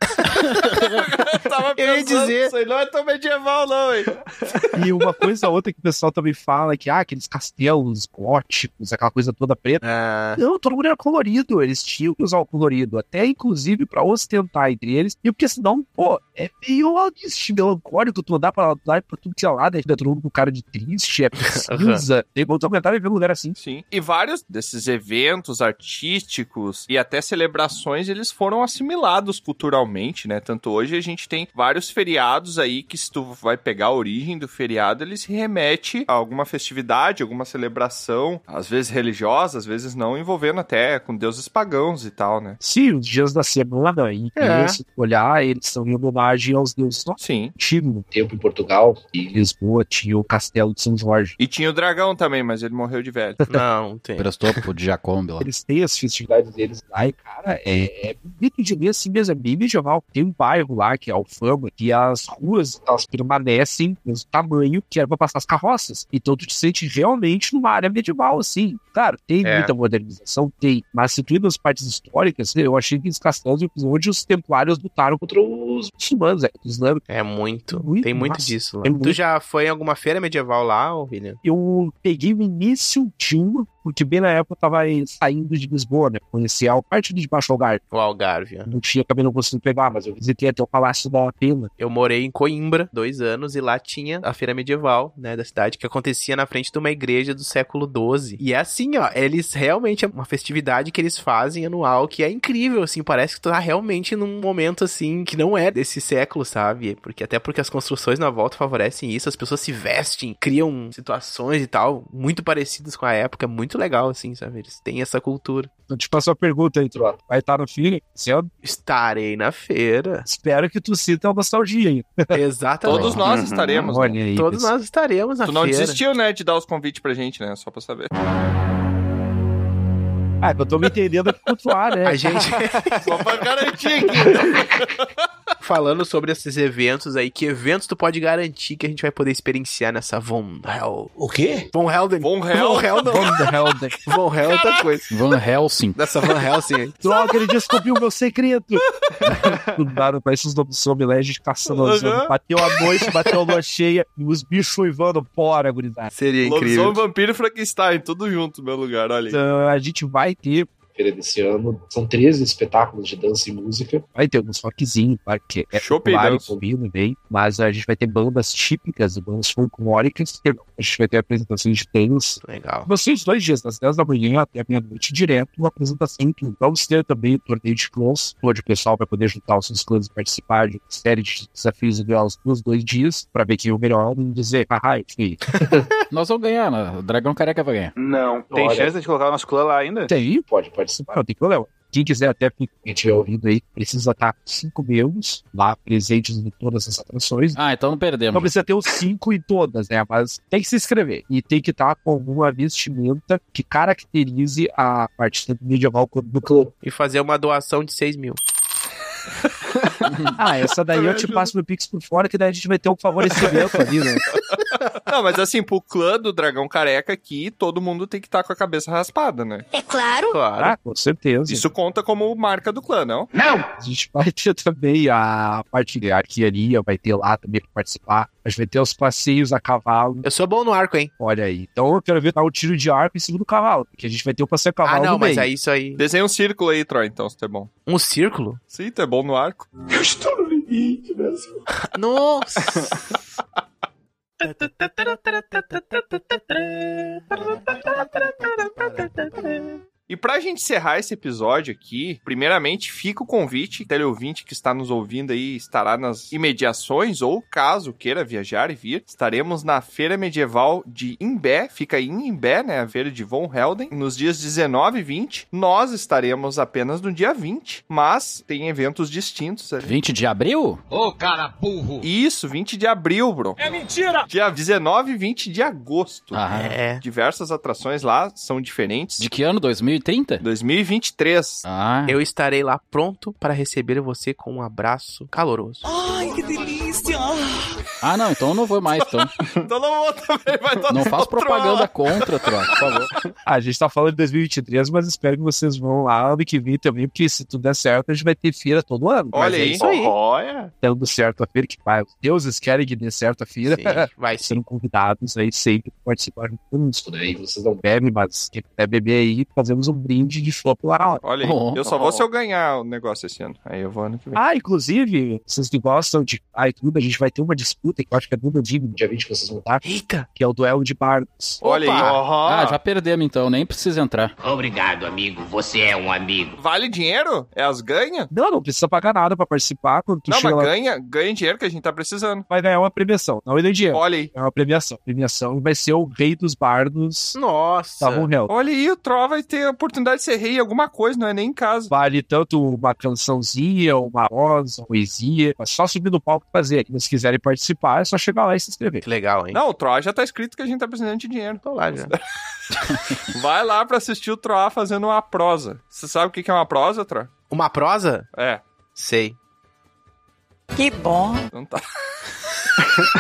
S1: Tava
S4: Eu ia
S1: pensando,
S4: dizer-
S1: isso aí não é tão medieval, não, hein?
S6: E uma coisa ou outra que o pessoal também fala é que, ah, aqueles castelos góticos, aquela coisa toda preta.
S4: Ah.
S6: Não, todo mundo era colorido, eles tinham que usar o colorido, até inclusive pra ostentar entre eles, e porque senão, pô, é meio triste, melancólico tu andar pra lá e pra tudo que é lado, é todo mundo com cara de triste, é cinza, tem que aumentar e ver um lugar assim.
S1: Sim. E vários desses eventos artísticos e até celebrações, eles foram assimilados culturalmente, né? Tanto hoje a gente tem vários feriados aí que se tu vai pegar a origem do feriado, ele se remete a alguma festividade, alguma celebração, às vezes religiosa, às vezes não, envolvendo até com deuses pagãos e tal, né?
S6: Sim, os dias da semana, e
S1: É.
S6: e se tu olhar, eles são em homenagem aos deuses do
S1: Sim.
S6: antigo. Tempo em Portugal e Lisboa tinha o Castelo de São Jorge.
S1: E tinha o dragão também, mas ele morreu de velho.
S4: Não, tem.
S2: Prestopo de Jacombe lá.
S6: Eles têm as festividades deles lá e, cara, é, é bonito de ver assim mesmo, é bem medieval. Tem tem um bairro lá, que é Alfama, que as ruas, elas permanecem no mesmo tamanho que era pra passar as carroças. Então tu te sente realmente numa área medieval, assim. Claro, tem
S4: É.
S6: muita modernização, tem. Mas se tu ir nas partes históricas, eu achei que os castelos onde os templários lutaram contra os muçulmanos, é, os islâmicos.
S4: É muito. Tem muito
S6: massa.
S4: disso lá.
S6: É
S4: tu
S6: muito
S4: já foi em alguma feira medieval lá, ô William?
S6: eu peguei o início de uma, porque bem na época eu tava aí saindo de Lisboa, né? Conheci a parte de Baixo Algarve.
S4: O Algarve, é.
S6: Não tinha, acabei não conseguindo pegar, mas eu visitei até o Palácio da Pena.
S4: Eu morei em Coimbra dois anos e lá tinha a feira medieval, né, da cidade, que acontecia na frente de uma igreja do século XII. E é assim, ó, eles realmente, é uma festividade que eles fazem anual, que é incrível, assim, parece que tu tá realmente num momento, assim, que não é desse século, sabe? Porque até porque as construções na volta favorecem isso, as pessoas se vestem, criam situações e tal, muito parecidas com a época, muito legal, assim, sabe? Eles têm essa cultura.
S6: Então te passo a pergunta aí, Trota. Vai estar no filho?
S4: Estarei na feira.
S6: Espero que tu sinta uma nostalgia aí.
S4: Exatamente.
S1: Todos nós estaremos, né?
S6: Olha aí.
S4: Todos
S6: pessoal.
S4: nós estaremos na
S1: Tu não
S4: feira.
S1: desistiu, né, de dar os convites pra gente, né? Só pra saber.
S6: Ah, eu tô me entendendo aqui quanto ar, né?
S4: A gente-
S1: Só pra garantir que
S4: falando sobre esses eventos aí, que eventos tu pode garantir que a gente vai poder experienciar nessa Von Hell? O quê? Von Helden. Von
S1: Hell?
S4: Von Hell não.
S6: Von Helden.
S4: Von Hell é outra coisa.
S2: Van Helsing.
S4: Dessa Van Helsing aí.
S6: Droga, ele descobriu o meu segredo. Do nada, parece os nomes sobre a gente caçando os
S1: Uhum.
S6: homens. Bateu a noite, bateu a lua cheia e os bichos uivando fora, gurizada.
S1: É
S4: Seria
S1: lobisomem, vampiro e Frankenstein, tudo junto no meu lugar, olha aí.
S6: Então, a gente vai ter
S10: feira desse ano. São 13 espetáculos de dança e música.
S6: Vai ter alguns rockzinhos, claro que é
S1: Show
S6: popular,
S1: peidão.
S6: combina bem, né? mas a gente vai ter bandas típicas, bandas folclóricas, a gente vai ter apresentações de tênis.
S4: Legal.
S6: Vão ser os dois dias, das 10 da manhã até a meia-noite, direto, uma apresentação em tudo. Vamos ter também o torneio de clãs, onde o pessoal vai poder juntar os seus clãs e participar de uma série de desafios e duelos nos dois dias, pra ver quem é o melhor e dizer, haha, é enfim.
S2: Nós vamos ganhar, né? O Dragão Careca vai ganhar.
S5: Não. Tem
S6: Olha.
S5: chance de colocar o nosso clã lá ainda?
S6: Tem, pode participar, não tem problema. Quem quiser até quem estiver ouvindo aí, precisa estar cinco membros lá presentes em todas as atrações.
S2: Ah, então não perdemos.
S6: Não precisa ter os cinco em todas, né? Mas tem que se inscrever. E tem que estar com alguma vestimenta que caracterize a parte tanto medieval quanto do clã.
S4: E fazer uma doação de 6 mil.
S6: Ah, essa daí eu te passo meu Pix por fora, que daí a gente vai ter um favorecimento ali, né?
S1: Não, mas assim, pro clã do dragão careca aqui, todo mundo tem que estar com a cabeça raspada, né?
S14: É claro.
S6: Ah, com certeza.
S1: Isso conta como marca do clã, não?
S6: Não! A gente vai ter também a parte de arquearia, vai ter lá também pra participar. A gente vai ter os passeios a cavalo.
S4: Eu sou bom no arco, hein?
S6: Olha aí. Então eu quero ver dar um tiro de arco em cima do cavalo, porque a gente vai ter o passeio a cavalo.
S4: Ah, não,
S6: no
S4: mas
S6: meio.
S4: aí isso aí.
S1: Desenha um círculo aí, Troy, então, se tu é bom.
S4: Um círculo?
S1: Sim, tu é bom no arco.
S14: Eu estou no limite mesmo.
S4: Nossa!
S1: E pra gente encerrar esse episódio aqui, primeiramente fica o convite, teleouvinte que está nos ouvindo aí estará nas imediações ou caso queira viajar e vir, estaremos na Feira Medieval de Imbé, fica em Imbé, né, a Feira de Von Helden, nos dias 19 e 20. Nós estaremos apenas no dia 20, mas tem eventos distintos ali.
S2: 20 de abril?
S1: Ô, cara burro! Isso, 20 de abril, bro. É mentira! Dia 19 e 20 de agosto.
S2: Ah.
S4: É.
S1: Diversas atrações lá são diferentes.
S2: De que ano? 2030?
S1: 2023.
S2: Ah.
S4: Eu estarei lá pronto para receber você com um abraço caloroso.
S14: Ai, que delícia.
S2: Ah, não, então eu não vou mais, então.
S1: Então não vou também, vai dar
S2: Não faz propaganda contra, Troca, por favor.
S6: Ah, a gente tá falando de 2023, mas espero que vocês vão lá ano que vem também, porque se tudo der certo, a gente vai ter feira todo ano.
S1: Olha
S6: Mas é
S1: aí.
S6: isso aí.
S1: Olha.
S6: Dando certo a feira, que vai. os Deuses querem que dê certo a feira.
S4: Sim, vai
S6: Serão convidados aí sempre pra participar conosco, né? E vocês não bebem, mas quem puder beber aí, fazemos um brinde de flop lá.
S1: Olha aí, eu só vou se eu ganhar o negócio esse ano. Aí eu vou ano que vem.
S6: Ah, inclusive, vocês que gostam de iClub, a gente vai ter uma disputa que eu acho que é do meu dia 20 que vocês vão estar.
S4: Eita!
S6: Que é o duelo de bardos.
S1: Olha aí, ó.
S2: Ah, já perdemos então, nem precisa entrar.
S17: Obrigado, amigo. Você é um amigo.
S1: Vale dinheiro? É as ganha?
S6: Não, não precisa pagar nada pra participar. Quando tu
S1: não,
S6: chega
S1: mas
S6: lá,
S1: ganha, ganha dinheiro que a gente tá precisando.
S6: vai ganhar uma premiação. Não é dinheiro.
S1: Olha aí.
S6: É uma premiação. Premiação vai ser o rei dos bardos.
S4: Nossa.
S6: Tá bom, real.
S1: Olha aí, o Troll vai ter a oportunidade de ser rei em alguma coisa, não é nem em casa.
S6: Vale tanto uma cançãozinha, uma rosa, uma poesia. É só subir no palco e fazer. Se vocês quiserem participar, é só chegar lá e se inscrever.
S4: Que legal, hein?
S1: Não, o Troll já tá escrito que a gente tá precisando de dinheiro.
S4: Tô lá já.
S1: Vai lá pra assistir o Troll fazendo uma prosa. Você sabe o que que é uma prosa, Troll?
S4: Uma prosa?
S1: É.
S4: Sei.
S15: Que bom.
S1: Então tá.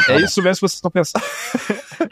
S6: É isso mesmo que vocês estão pensando.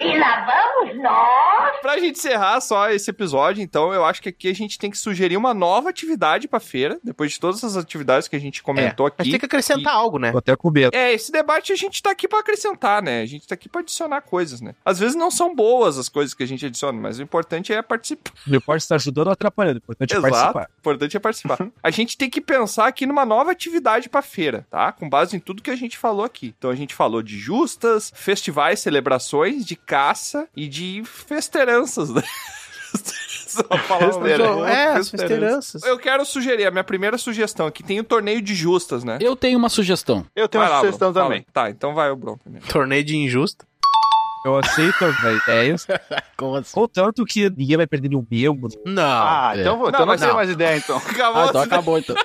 S14: E lá vamos nós.
S1: Pra gente encerrar só esse episódio, então, eu acho que aqui a gente tem que sugerir uma nova atividade pra feira, depois de todas essas atividades que a gente comentou
S4: É,
S1: aqui.
S4: mas tem que acrescentar algo, né?
S6: Tô até com medo.
S1: É, esse debate a gente tá aqui pra acrescentar, né? A gente tá aqui pra adicionar coisas, né? Às vezes não são boas as coisas que a gente adiciona, mas o importante é participar.
S6: O importante está ajudando ou atrapalhando. O importante é participar.
S1: O importante é participar. a gente tem que pensar aqui numa nova atividade pra feira, tá? Com base em tudo que a gente falou aqui. Então a gente falou de justas, festivais, celebrações, de caça e de festeiranças, né? Só falar uma vez.
S4: É, as festeiranças.
S1: Eu quero sugerir, a minha primeira sugestão aqui tem o torneio de justas, né?
S2: Eu tenho uma sugestão.
S1: Eu
S2: tenho uma sugestão também.
S1: Tá, então vai o Bron primeiro.
S4: Torneio de injusto.
S6: Eu aceito as ideias.
S4: Como assim?
S6: Contanto que ninguém vai perder nenhum membro.
S4: Não.
S5: Ah, então, vou, então não, tem mais ideia, então.
S1: Ah, Acabou.
S2: então acabou, então.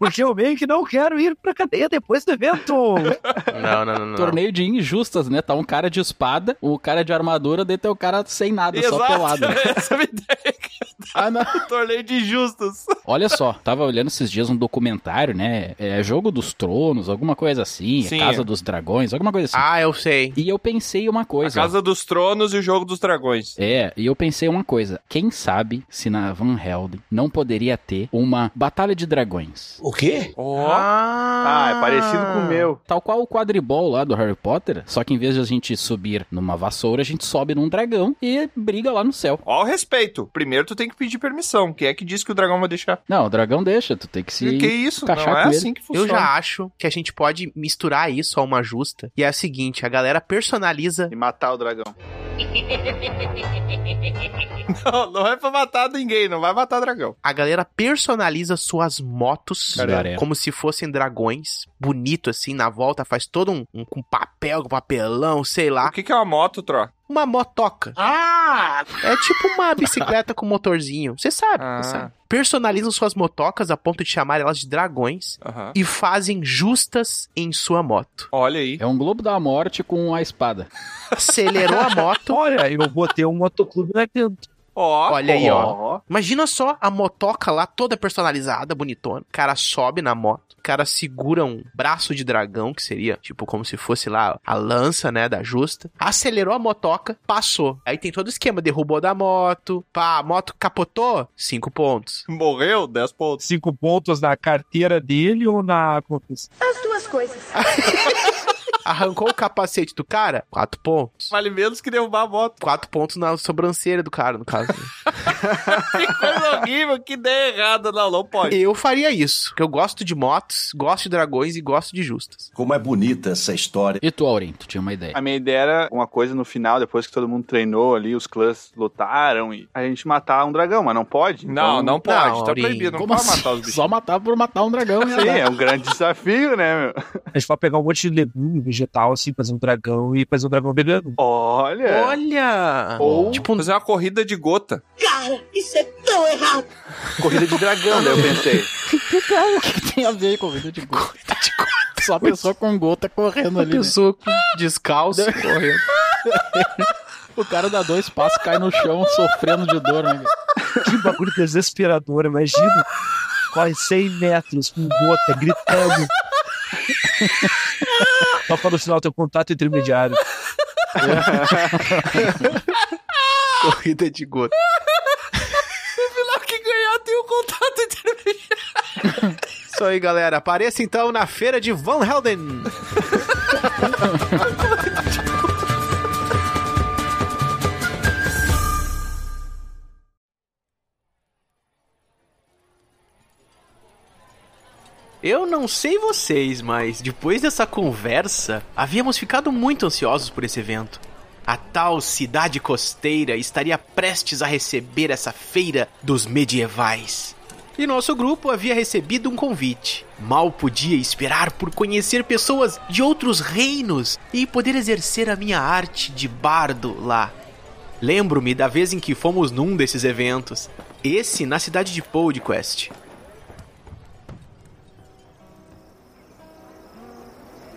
S6: Porque eu meio que não quero ir pra cadeia depois do evento.
S4: Não, não, não. não.
S2: Torneio de injustas, né? Tá um cara de espada, o cara de armadura, daí tem o cara sem nada, só
S1: Exato,
S2: pelado. né?
S1: Essa é a minha ideia que eu
S2: não.
S1: Torneio de justas.
S2: Olha só, tava olhando esses dias um documentário, né? É Jogo dos Tronos, alguma coisa assim. é
S1: Sim.
S2: Casa dos Dragões, alguma coisa assim.
S4: Ah, eu sei.
S2: E eu pensei uma coisa.
S1: Casa dos Tronos e o Jogo dos Dragões.
S2: É, e eu pensei uma coisa. Quem sabe se na Van Helden não poderia ter uma Batalha de Dragões?
S16: O quê?
S5: Ah, é parecido com o meu.
S2: Tal qual o quadribol lá do Harry Potter, só que em vez de a gente subir numa vassoura, a gente sobe num dragão e briga lá no céu.
S1: Ó, o respeito. Primeiro tu tem que pedir permissão. Quem é que disse que o dragão vai deixar?
S2: Não, o dragão deixa, tu tem que se.
S1: Que isso?
S2: encaixar
S1: Não é
S2: com ele.
S1: assim que
S4: Eu
S1: funciona.
S4: já acho que a gente pode misturar isso a uma justa. E é o seguinte, a galera personaliza.
S5: E matar o dragão.
S1: Não, não é pra matar ninguém, não vai matar dragão.
S4: A galera personaliza suas motos
S2: Caramba.
S4: como se fossem dragões. Bonito assim, na volta, faz todo um, um com papel, com papelão, sei lá.
S1: O que, que é uma moto, Tro?
S4: Uma motoca.
S14: Ah!
S4: É tipo uma bicicleta com motorzinho. Você sabe,
S1: Ah.
S4: você sabe. Personalizam suas motocas a ponto de chamar elas de dragões
S1: Aham.
S4: e fazem justas em sua moto.
S1: Olha aí.
S2: É um Globo da Morte com a espada.
S4: Acelerou a moto.
S6: Olha, eu botei um motoclube lá dentro.
S1: Ó,
S4: Olha aí, ó.
S5: Ó,
S4: Imagina só a motoca lá toda personalizada, bonitona. O cara sobe na moto, o cara segura um braço de dragão, que seria tipo como se fosse lá a lança, né, da justa. Acelerou a motoca, passou. Aí tem todo o esquema, derrubou da moto, pá, a moto capotou, cinco pontos.
S1: Morreu? 10 pontos.
S6: Cinco pontos na carteira dele ou na confissão?
S14: As duas coisas.
S4: Arrancou o capacete do cara, quatro pontos.
S1: Vale menos que derrubar a moto.
S4: Quatro pontos na sobrancelha do cara, no caso.
S1: Que coisa horrível, que ideia errada. Não, não pode.
S4: Eu faria isso, porque eu gosto de motos, gosto de dragões e gosto de justas.
S16: Como é bonita essa história.
S2: E tu, Aurim, tu tinha uma ideia.
S5: A minha ideia era uma coisa no final, depois que todo mundo treinou ali, os clãs lutaram e a gente matar um dragão, mas não pode. então
S1: Não, não pode.
S4: não,
S1: tá
S4: Aurim,
S1: proibido. Não
S2: Como
S1: pode
S2: assim?
S1: matar os bichos.
S2: Só matar por matar um dragão, né?
S5: Sim, é um grande desafio, né, meu?
S6: A gente vai pegar um monte de legume vegetal, assim, fazer um dragão e fazer um dragão vegano.
S5: Olha!
S4: Olha!
S5: É. Ou
S4: Tipo,
S1: Fazer uma corrida de gota.
S14: Cara, isso é tão errado.
S5: corrida de dragão, daí eu pensei.
S2: O que que tem a ver com vida de gota? Só a pessoa com gota correndo
S4: uma
S2: ali. né?
S4: pessoa descalço correndo.
S2: O cara dá dois passos, cai no chão, sofrendo de dor, né?
S6: Que Um bagulho desesperador, imagina. Corre 100 metros com gota, gritando. Só para no final ter um contato intermediário.
S4: Corrida de gota.
S1: Lá que ganhar tem o contato intermediário.
S4: Isso aí, galera. Apareça então na feira de Van Helden. Eu não sei vocês, mas depois dessa conversa, havíamos ficado muito ansiosos por esse evento. A tal cidade costeira estaria prestes a receber essa feira dos medievais. E nosso grupo havia recebido um convite. Mal podia esperar por conhecer pessoas de outros reinos e poder exercer a minha arte de bardo lá. Lembro-me da vez em que fomos num desses eventos. Esse na cidade de Podquest.